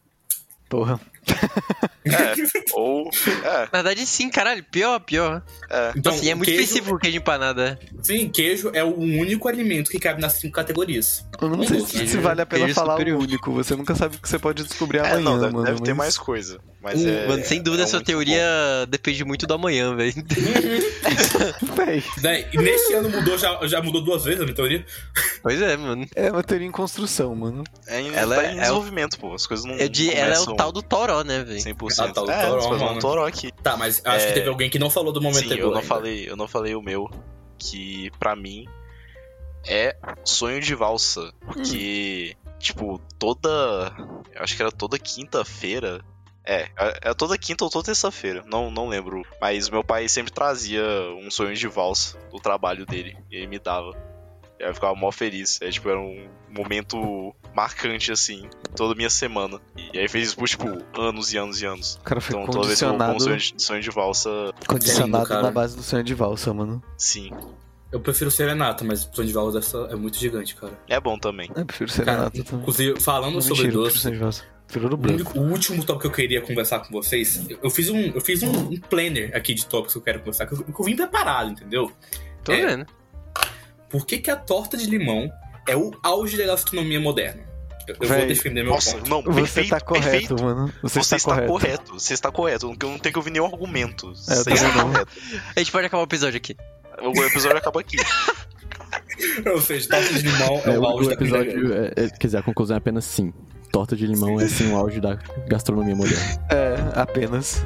Speaker 3: Porra.
Speaker 4: É, ou. É,
Speaker 2: Na verdade, sim, caralho. Pior, pior.
Speaker 5: Então,
Speaker 2: assim, é muito
Speaker 5: queijo-
Speaker 2: específico o queijo empanada.
Speaker 5: Sim, queijo é o único alimento que cabe nas cinco categorias.
Speaker 3: Eu não sei se,
Speaker 5: Queijo-
Speaker 3: se vale a pena
Speaker 2: queijo
Speaker 3: falar
Speaker 2: superior.
Speaker 3: o único. Você nunca sabe o que você pode descobrir
Speaker 4: é,
Speaker 3: amanhã,
Speaker 4: não, deve,
Speaker 3: mano.
Speaker 4: deve ter
Speaker 3: mas-
Speaker 4: mais coisa. Mas
Speaker 5: Hum,
Speaker 4: é.
Speaker 2: Mano, sem dúvida,
Speaker 4: é
Speaker 2: sua
Speaker 4: muito
Speaker 2: teoria depende muito do amanhã, velho.
Speaker 3: Véi,
Speaker 5: Daí, Né, e neste ano mudou, já, já mudou duas vezes a minha teoria.
Speaker 2: pois é, mano.
Speaker 3: É uma teoria em construção, mano.
Speaker 4: bom. É, ainda
Speaker 2: Ela
Speaker 4: tá
Speaker 2: é-
Speaker 4: em
Speaker 2: é o-
Speaker 4: desenvolvimento, pô. As coisas não.
Speaker 2: Eu de,
Speaker 4: não
Speaker 2: ela é o
Speaker 4: começam
Speaker 2: tal do Toró, né, velho?
Speaker 4: 100%.
Speaker 5: Ah, tá, o
Speaker 4: é,
Speaker 5: toró,
Speaker 4: as coisas
Speaker 5: mano.
Speaker 4: não toró aqui.
Speaker 5: Tá, mas acho
Speaker 4: É.
Speaker 5: que teve alguém que não falou do momento
Speaker 4: Sim,
Speaker 5: anterior
Speaker 4: eu não
Speaker 5: ainda.
Speaker 4: falei, eu não falei o meu, que pra mim é sonho de valsa, porque tipo toda, eu acho que era toda quinta-feira, é, era toda quinta ou toda terça-feira, não não lembro, mas meu pai sempre trazia um sonho de valsa do trabalho dele e ele me dava. Eu ficava mó feliz. É, tipo, era um momento marcante, assim, toda minha semana. E aí fez isso por, tipo, anos e anos e anos.
Speaker 3: O cara foi
Speaker 4: Então toda vez que eu vou
Speaker 3: condicionado,
Speaker 4: um sonho de, sonho de valsa,
Speaker 3: condicionado
Speaker 5: Lindo, cara.
Speaker 3: na base do sonho de valsa, mano.
Speaker 4: sim.
Speaker 5: Eu prefiro serenata, mas o plano de valor dessa é muito gigante, cara.
Speaker 4: É bom também.
Speaker 3: Eu prefiro
Speaker 5: Cara,
Speaker 3: serenata também.
Speaker 5: inclusive, falando
Speaker 3: Não,
Speaker 5: sobre
Speaker 3: mentira, eu prefiro
Speaker 5: doce,
Speaker 3: sonho de valsa. Eu Prefiro o
Speaker 5: o,
Speaker 3: branco.
Speaker 5: único- o último tópico que eu queria conversar com vocês, eu eu fiz um, eu fiz um, um planner aqui de tópicos que eu quero conversar, que eu, que eu vim preparado, entendeu?
Speaker 2: Tô
Speaker 5: É.
Speaker 2: vendo.
Speaker 5: Por que, que a torta de limão é o auge da gastronomia moderna? Eu, eu vou
Speaker 3: Véi,
Speaker 5: defender É meu
Speaker 4: Nossa,
Speaker 5: ponto.
Speaker 4: não,
Speaker 3: Você
Speaker 4: perfeito,
Speaker 3: tá correto,
Speaker 4: perfeito.
Speaker 3: mano. Você,
Speaker 4: Você,
Speaker 3: está, correto.
Speaker 4: Você está correto. Eu não tenho que ouvir nenhum argumento.
Speaker 3: É, eu
Speaker 4: Você
Speaker 3: também
Speaker 4: está
Speaker 3: não.
Speaker 4: correto.
Speaker 2: A gente pode acabar o episódio aqui.
Speaker 4: O episódio acaba aqui.
Speaker 5: Ou seja, torta de limão é,
Speaker 1: É,
Speaker 5: o
Speaker 1: o
Speaker 5: auge da comida grega.
Speaker 1: episódio. É, é, quer dizer, a assim, conclusão é apenas sim. Torta de limão é sim o auge da gastronomia moderna.
Speaker 3: É, apenas.